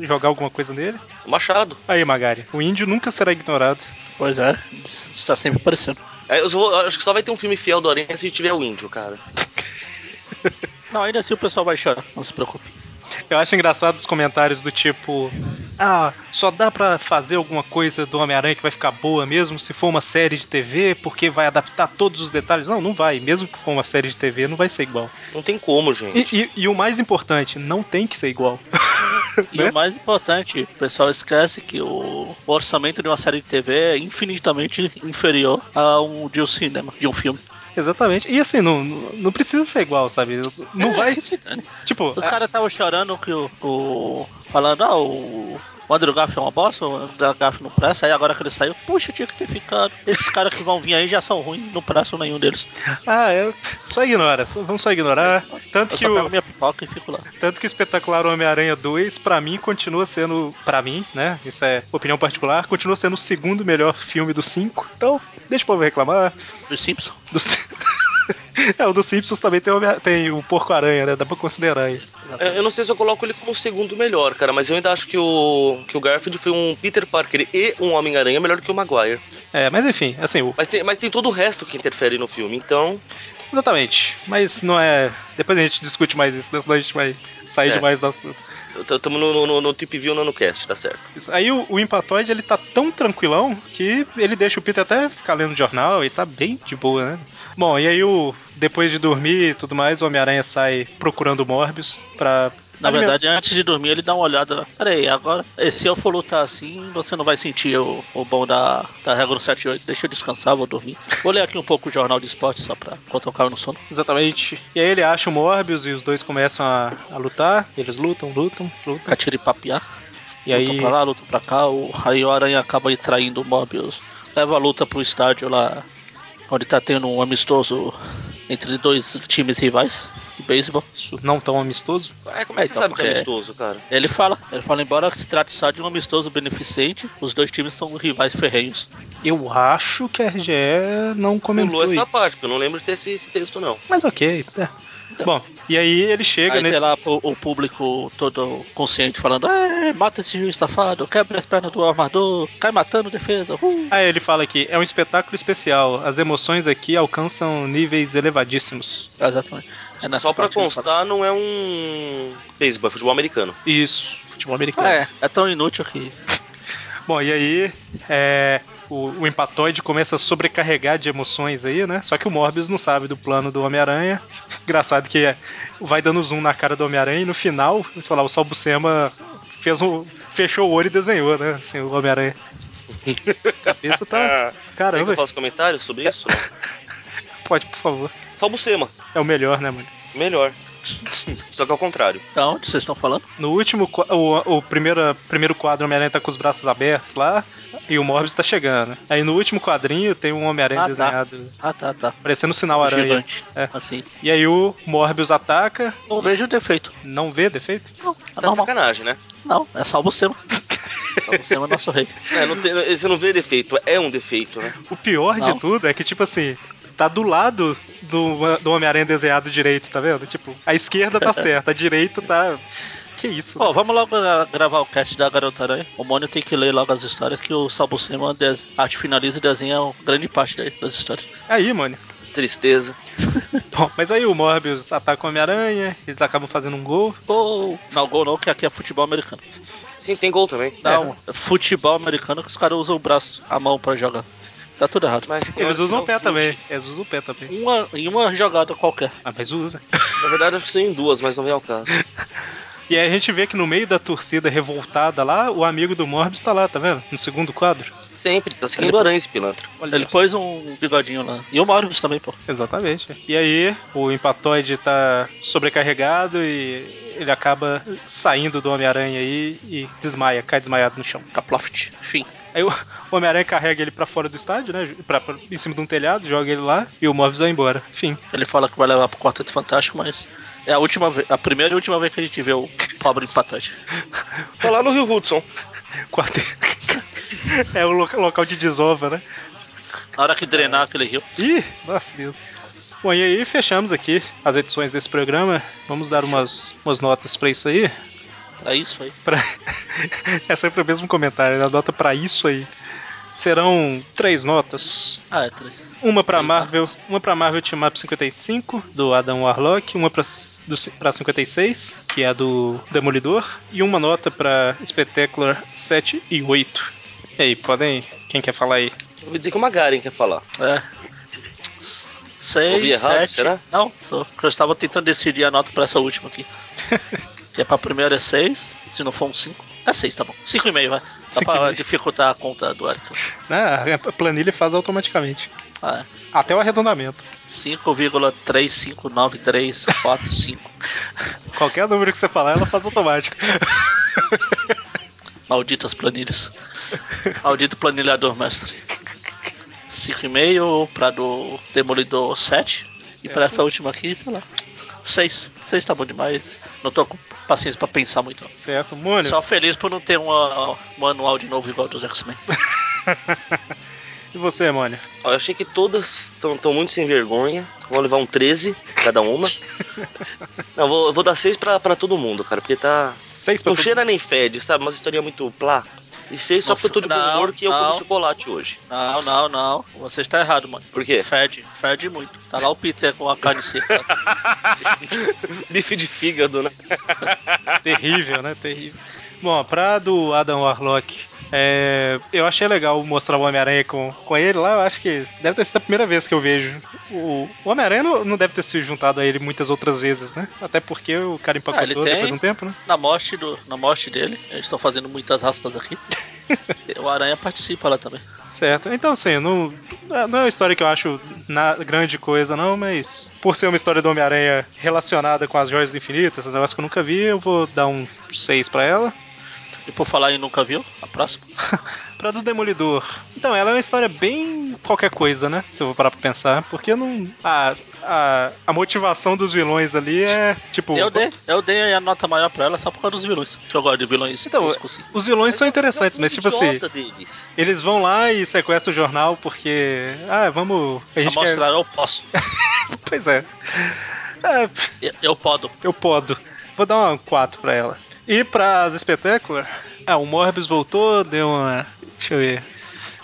[SPEAKER 2] jogar alguma coisa nele.
[SPEAKER 4] O Machado.
[SPEAKER 2] Aí, Magari, o índio nunca será ignorado.
[SPEAKER 3] Pois é, isso está sempre aparecendo.
[SPEAKER 4] Aí É, eu só- acho que só vai ter um filme fiel do Aranha se tiver o índio, cara.
[SPEAKER 3] Não, ainda assim o pessoal vai chorar, não se preocupe.
[SPEAKER 2] Eu acho engraçado os comentários do tipo. Ah, só dá pra fazer alguma coisa do Homem-Aranha que vai ficar boa mesmo se for uma série de TV, porque vai adaptar todos os detalhes. Não, não vai. Mesmo que for uma série de TV, não vai ser igual.
[SPEAKER 4] Não tem como, gente.
[SPEAKER 2] E, e- e o mais importante, não tem que ser igual.
[SPEAKER 3] E
[SPEAKER 2] Né?
[SPEAKER 3] o mais importante, o pessoal esquece que o orçamento de uma série de TV é infinitamente inferior a um de um cinema, de um filme.
[SPEAKER 2] Exatamente. E assim, não, não não precisa ser igual, sabe? Não
[SPEAKER 3] É,
[SPEAKER 2] vai.
[SPEAKER 3] que se dane.
[SPEAKER 2] Tipo,
[SPEAKER 3] Os
[SPEAKER 2] a-
[SPEAKER 3] caras estavam chorando que o, o- falando, ah, o. o Andrew Garfield é uma bosta, o Andrew Garfield não presta, aí agora que ele saiu, puxa, tinha que ter ficado. Esses caras que vão vir aí já são ruins, não prestam nenhum deles.
[SPEAKER 2] ah, é, só ignora. só- Vamos só ignorar. Tanto
[SPEAKER 3] É, Eu
[SPEAKER 2] que
[SPEAKER 3] só pego
[SPEAKER 2] o,
[SPEAKER 3] minha pipoca e fico lá.
[SPEAKER 2] Tanto que Espetacular Homem-Aranha 2, pra mim, continua sendo. pra mim, né? Isso é opinião particular. Continua sendo o segundo melhor filme dos cinco. Então, deixa o povo reclamar.
[SPEAKER 3] Dos Simpsons.
[SPEAKER 2] Do... é, o dos Simpsons também tem o, Homem- tem o Porco-Aranha, né? Dá pra considerar isso.
[SPEAKER 4] Eu eu não sei se eu coloco ele como o segundo melhor, cara, mas eu ainda acho que o, que o Garfield foi um Peter Parker e um Homem-Aranha melhor que o Maguire.
[SPEAKER 2] É, mas enfim, assim, o-
[SPEAKER 4] Mas tem, mas tem todo o resto que interfere no filme, então.
[SPEAKER 2] exatamente. Mas não é. Depois a gente discute mais isso, né? senão a gente vai sair
[SPEAKER 4] É.
[SPEAKER 2] demais do assunto.
[SPEAKER 4] Estamos no, no, no, no Tip View no cast, tá certo.
[SPEAKER 2] Isso. Aí o, o Empatoide, ele tá tão tranquilão que ele deixa o Peter até ficar lendo jornal e tá bem de boa, né? Bom, e aí o depois de dormir e tudo mais, o Homem-Aranha sai procurando o Morbius pra...
[SPEAKER 3] Na
[SPEAKER 2] Aliment-
[SPEAKER 3] verdade, antes de dormir, ele dá uma olhada. né? Peraí, agora, eh, se eu for lutar assim, você não vai sentir o, o bom da, da regra 78. Deixa eu descansar, vou dormir. Vou ler aqui um pouco o jornal de esporte, só pra enquanto eu caio no sono.
[SPEAKER 2] Exatamente. E aí ele acha o Morbius e os dois começam a, a lutar. Eles lutam, lutam, lutam.
[SPEAKER 3] Catira e papiar.
[SPEAKER 2] E aí...
[SPEAKER 3] Luta pra lá, luta pra cá. O, aí o Aranha acaba aí traindo o Mobius. Leva a luta pro estádio lá, onde tá tendo um amistoso entre dois times rivais de beisebol.
[SPEAKER 2] isso Não tão amistoso.
[SPEAKER 4] É, como é que você
[SPEAKER 3] É, então,
[SPEAKER 4] sabe que é
[SPEAKER 3] porque-
[SPEAKER 4] amistoso, cara?
[SPEAKER 3] Ele fala, ele fala, embora se trate só de um amistoso beneficente, os dois times são rivais ferrenhos.
[SPEAKER 2] Eu acho que a RGE não comentou
[SPEAKER 4] Pulou essa
[SPEAKER 2] isso.
[SPEAKER 4] parte, porque eu não lembro de ter esse, esse texto, não.
[SPEAKER 2] Mas ok. é.
[SPEAKER 3] Então.
[SPEAKER 2] Bom, e aí ele chega
[SPEAKER 3] Aí
[SPEAKER 2] nesse...
[SPEAKER 3] tem lá o, o público todo consciente falando: é, mata esse juiz safado, quebra as pernas do armador, cai matando defesa. uh."
[SPEAKER 2] Ah, ele fala aqui, é um espetáculo especial. As emoções aqui alcançam níveis elevadíssimos.
[SPEAKER 3] Exatamente. É nessa
[SPEAKER 4] Só pra
[SPEAKER 3] parte que ele
[SPEAKER 4] constar, não é um. Beisebol, é futebol americano.
[SPEAKER 2] Isso, futebol americano.
[SPEAKER 3] fala. É, é tão inútil que.
[SPEAKER 2] Bom, e aí é, o, o empatoide começa a sobrecarregar de emoções aí, né? Só que o Morbius não sabe do plano do Homem-Aranha. Engraçado que é, vai dando zoom na cara do Homem-Aranha e no final, sei lá, o Salbucema fez um, fechou o olho e desenhou, né? Assim, o Homem-Aranha. Cabeça
[SPEAKER 3] É.
[SPEAKER 2] tá.
[SPEAKER 4] É. Quer que eu
[SPEAKER 2] Caramba,
[SPEAKER 4] faço comentário sobre isso?
[SPEAKER 2] pode, por favor.
[SPEAKER 4] Só o Buscema.
[SPEAKER 2] É o melhor, né, mano?
[SPEAKER 4] Melhor. Só que ao contrário.
[SPEAKER 3] Da onde vocês estão falando?
[SPEAKER 2] No último, qua- o, o primeiro, primeiro quadro, o Homem-Aranha tá com os braços abertos lá e o Morbius tá chegando. Aí no último quadrinho tem um Homem-Aranha
[SPEAKER 3] Ah, tá.
[SPEAKER 2] desenhado,
[SPEAKER 3] Ah, tá, tá.
[SPEAKER 2] parecendo um sinal aranha.
[SPEAKER 3] Gigante.
[SPEAKER 2] É.
[SPEAKER 3] Assim.
[SPEAKER 2] E aí o Morbius ataca,
[SPEAKER 3] Não vejo defeito.
[SPEAKER 2] não vê defeito?
[SPEAKER 3] Não, é
[SPEAKER 4] Tá de
[SPEAKER 3] normal.
[SPEAKER 4] sacanagem, né?
[SPEAKER 3] Não, é salvo o Sema. Salvo o Sema é nosso rei.
[SPEAKER 4] É, não tem- você não vê defeito, é um defeito, né?
[SPEAKER 2] O pior de
[SPEAKER 3] Não.
[SPEAKER 2] tudo é que, tipo assim, tá do lado do, do Homem-Aranha desenhado direito, tá vendo? Tipo, a esquerda tá certa, a direita tá. Que isso?
[SPEAKER 3] Pô, vamos logo gra- gravar o cast da Garota Aranha. O Mônio tem que ler logo as histórias que o Salvo Sema des... arte finaliza e desenha grande parte daí, das histórias.
[SPEAKER 2] Aí, mano.
[SPEAKER 4] Tristeza.
[SPEAKER 2] Bom, mas aí o Morbius ataca o Homem-Aranha, eles acabam fazendo um gol.
[SPEAKER 3] Gol! Não, gol não, que aqui é futebol americano.
[SPEAKER 4] Sim, tem gol também.
[SPEAKER 3] Não, é futebol americano que os caras usam o braço, a mão pra jogar. Tá tudo errado.
[SPEAKER 4] Mas um tem hora
[SPEAKER 2] Eles
[SPEAKER 4] que
[SPEAKER 2] usam
[SPEAKER 3] é
[SPEAKER 4] dá
[SPEAKER 2] o pé
[SPEAKER 4] chute.
[SPEAKER 2] também. Eles usam o pé também.
[SPEAKER 3] Uma, em uma jogada qualquer.
[SPEAKER 2] Ah, mas usa.
[SPEAKER 4] Na verdade, acho que são em duas, mas não vem ao caso.
[SPEAKER 2] E aí a gente vê que no meio da torcida revoltada lá, o amigo do Morbius tá lá, tá vendo? No segundo quadro.
[SPEAKER 4] Sempre, tá seguindo aranha esse pilantra.
[SPEAKER 2] Olha
[SPEAKER 3] Ele pôs um bigodinho lá. E o Morbius também, pô.
[SPEAKER 2] Exatamente. E aí, o empatoide tá sobrecarregado e ele acaba saindo do Homem-Aranha aí e desmaia, cai desmaiado no chão.
[SPEAKER 3] Tá ploft. Enfim.
[SPEAKER 2] Aí o o Homem-Aranha carrega ele pra fora do estádio, né? Pra, pra- em cima de um telhado, joga ele lá e o Morbius vai embora. Enfim.
[SPEAKER 3] Ele fala que vai levar pro Quarteto Fantástico, mas é a última vez, a primeira e última vez que a gente vê o pobre empatante.
[SPEAKER 4] Tá lá no Rio Hudson.
[SPEAKER 2] Quarto... é o loca- local de desova, né?
[SPEAKER 3] Na hora que drenar aquele rio.
[SPEAKER 2] Ih, nossa Deus. Bom, e aí fechamos aqui as edições desse programa. Vamos dar umas, umas notas pra isso aí.
[SPEAKER 3] É isso aí.
[SPEAKER 2] Pra... é sempre o mesmo comentário, né? a nota pra isso aí. Serão três notas.
[SPEAKER 3] Ah, é três.
[SPEAKER 2] Uma pra
[SPEAKER 3] Três
[SPEAKER 2] Marvel, uma pra Marvel Team Up 55 do Adam Warlock, uma pra, do, pra 56, que é a do Demolidor, e uma nota pra Spectacular 7 e 8. E aí, podem, quem quer falar aí?
[SPEAKER 4] Eu vou dizer que o Magaren quer falar.
[SPEAKER 3] É.
[SPEAKER 4] Ouvi
[SPEAKER 3] Seis,
[SPEAKER 4] errado,
[SPEAKER 3] sete.
[SPEAKER 4] será?
[SPEAKER 3] Não, só, eu estava tentando decidir a nota pra essa última aqui. que é pra primeira é seis, se não for um cinco. É seis, tá bom. Cinco e meio, vai. Dá
[SPEAKER 2] Cinco e
[SPEAKER 3] pra
[SPEAKER 2] meio.
[SPEAKER 3] dificultar a conta do Eric.
[SPEAKER 2] Ah, a planilha faz automaticamente.
[SPEAKER 3] Ah, é.
[SPEAKER 2] Até o arredondamento.
[SPEAKER 3] 5,35935.
[SPEAKER 2] Qualquer número que você falar, ela faz automático.
[SPEAKER 3] Malditas planilhas. Maldito planilhador, mestre. 5,5 pra do Demolidor 7. E pra essa última aqui, sei lá. 6. 6 tá bom demais. Não tô com paciência pra pensar muito. não.
[SPEAKER 2] certo, Mônio?
[SPEAKER 3] Só feliz por não ter uma, um anual de novo igual dos X-Men.
[SPEAKER 2] E você, Mônio?
[SPEAKER 4] Ó, eu achei que todas estão muito sem vergonha. Vão levar um 13, cada uma. Não, vou, eu vou dar seis pra, pra todo mundo, cara, porque tá.
[SPEAKER 2] Seis pra
[SPEAKER 4] Não
[SPEAKER 2] todo
[SPEAKER 4] cheira nem fede, sabe? Mas história muito plá. E seis só
[SPEAKER 3] Não,
[SPEAKER 4] porque eu tô de bom
[SPEAKER 3] não,
[SPEAKER 4] humor que eu como
[SPEAKER 3] não.
[SPEAKER 4] chocolate hoje.
[SPEAKER 3] Não, não, não. Você está errado, mano.
[SPEAKER 4] Por quê?
[SPEAKER 3] Fede, fede muito. Tá lá o Peter com a carne seca.
[SPEAKER 4] Bife de fígado, né?
[SPEAKER 2] Terrível, né? Terrível. Bom, pra do Adam Warlock, é, eu achei legal mostrar o Homem-Aranha com, com ele lá. Eu acho que deve ter sido a primeira vez que eu vejo. O, o Homem-Aranha não, não deve ter se juntado a ele muitas outras vezes, né? Até porque o cara
[SPEAKER 3] Ah, ele
[SPEAKER 2] empacotou
[SPEAKER 3] tem-
[SPEAKER 2] depois de um tempo, né?
[SPEAKER 3] Na morte, do, na morte dele, eu estou fazendo muitas aspas aqui. O Aranha participa lá também.
[SPEAKER 2] Certo. Então, assim, não, não é uma história que eu acho na, grande coisa, não, mas por ser uma história do Homem-Aranha relacionada com as joias do infinito, essas negócios que eu nunca vi, eu vou dar um 6 pra ela.
[SPEAKER 3] E por falar em nunca viu, a próxima.
[SPEAKER 2] Pra do Demolidor. Então, ela é uma história bem qualquer coisa, né? Se eu vou parar pra pensar. Porque não. A, a, a motivação dos vilões ali é tipo.
[SPEAKER 3] Eu dei, eu dei a nota maior pra ela só por causa dos vilões. Que eu gosto de vilões.
[SPEAKER 2] Então,
[SPEAKER 3] toscos, sim.
[SPEAKER 2] Os vilões são interessantes, mas tipo assim,
[SPEAKER 4] Idiota deles.
[SPEAKER 2] eles vão lá e sequestram o jornal porque. Ah, vamos. A
[SPEAKER 3] Pra
[SPEAKER 2] gente quer...
[SPEAKER 3] mostrar, eu posso.
[SPEAKER 2] Pois é. É,
[SPEAKER 3] Eu, eu podo.
[SPEAKER 2] Eu podo. Vou dar uma 4 pra ela. E pras espetáculas? Ah, o Morbius voltou, deu uma. Deixa eu ver.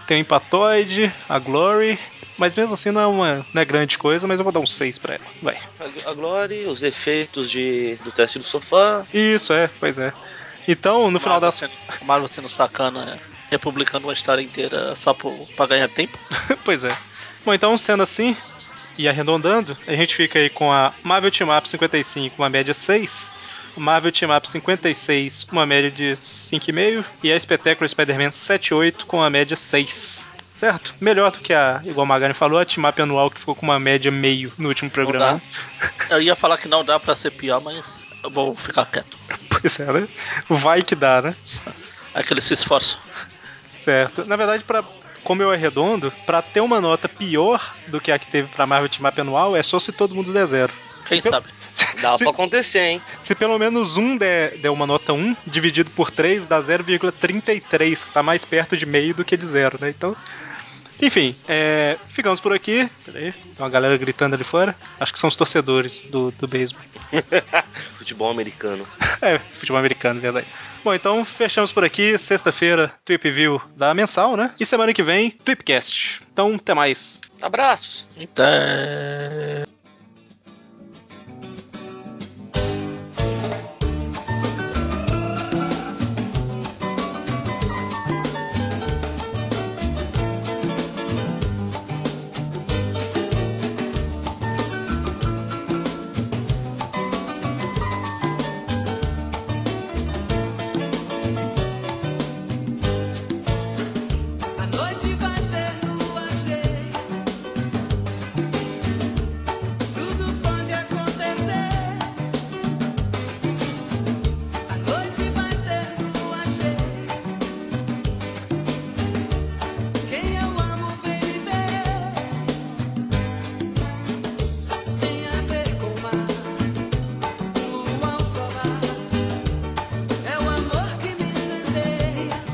[SPEAKER 2] Tem o Empatoide, a Glory. Mas mesmo assim não é uma não é grande coisa, mas eu vou dar um 6 pra ela. Vai.
[SPEAKER 4] A, a Glory, os efeitos de, do teste do sofá.
[SPEAKER 2] Isso, é, pois é. Então, no final
[SPEAKER 3] Marvel
[SPEAKER 2] da.
[SPEAKER 3] sendo, Marvel sendo sacana, é, republicando uma história inteira só por, pra ganhar tempo.
[SPEAKER 2] pois é. Bom, então, sendo assim, e arredondando, a gente fica aí com a Marvel Team Up 55, uma média 6. Marvel Team Up 56, uma média de 5,5. E a Espetáculo Spider-Man 78, com a média 6. certo? Melhor do que a, igual a Magari falou, a team-up anual que ficou com uma média meio no último programa.
[SPEAKER 3] Eu ia falar que não dá pra ser pior, mas eu vou ficar quieto.
[SPEAKER 2] Pois é, né? Vai que dá, né?
[SPEAKER 3] É que eles se esforçam.
[SPEAKER 2] Certo. Na verdade, para como eu arredondo, pra ter uma nota pior do que a que teve pra Marvel Team Up anual, é só se todo mundo der zero.
[SPEAKER 3] Quem
[SPEAKER 2] se, pe-
[SPEAKER 3] sabe?
[SPEAKER 4] Dá
[SPEAKER 2] Se-
[SPEAKER 4] pra acontecer, hein?
[SPEAKER 2] se pelo menos um der, der uma nota 1, dividido por 3, dá 0,33, que tá mais perto de meio do que de zero, né? Então. Enfim, é, ficamos por aqui. Peraí, tem uma galera gritando ali fora. Acho que são os torcedores do, do beisebol.
[SPEAKER 4] Futebol americano.
[SPEAKER 2] É, futebol americano, verdade. Bom, então fechamos por aqui. Sexta-feira, Trip View da mensal, né? E semana que vem, Tripcast. Então, até mais.
[SPEAKER 4] Abraços!
[SPEAKER 3] Então.
[SPEAKER 1] A noite vai ter lua cheia. Tudo pode acontecer. A noite vai ter lua cheia. Quem eu amo vem me ver. Tem a ver com o mar, lua ao solar. É o amor que me incendeia.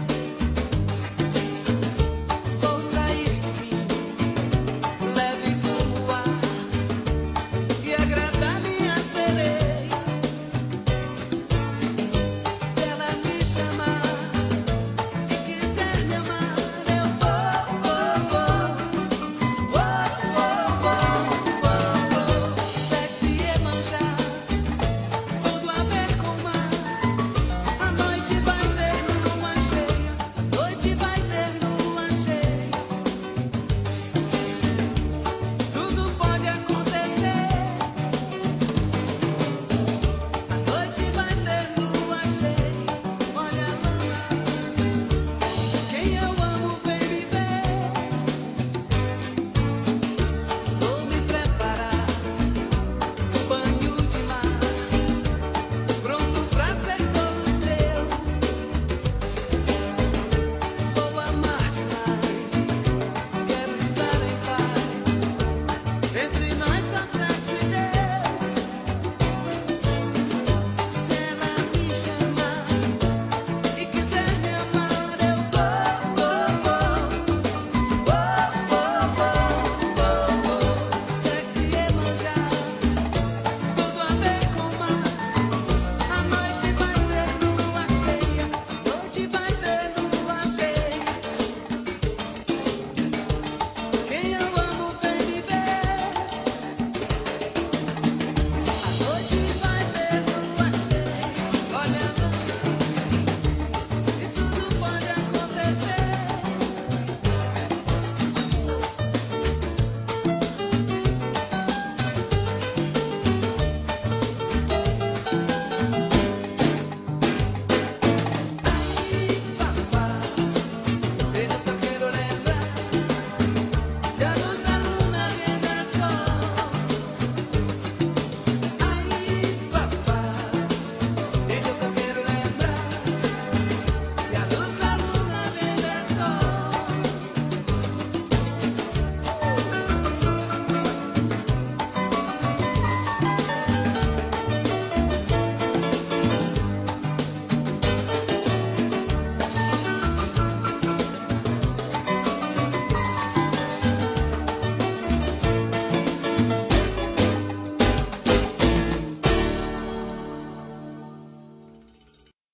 [SPEAKER 1] Vou sair de mim, leve como ar, e agradar minha sereia. Se ela me chamar,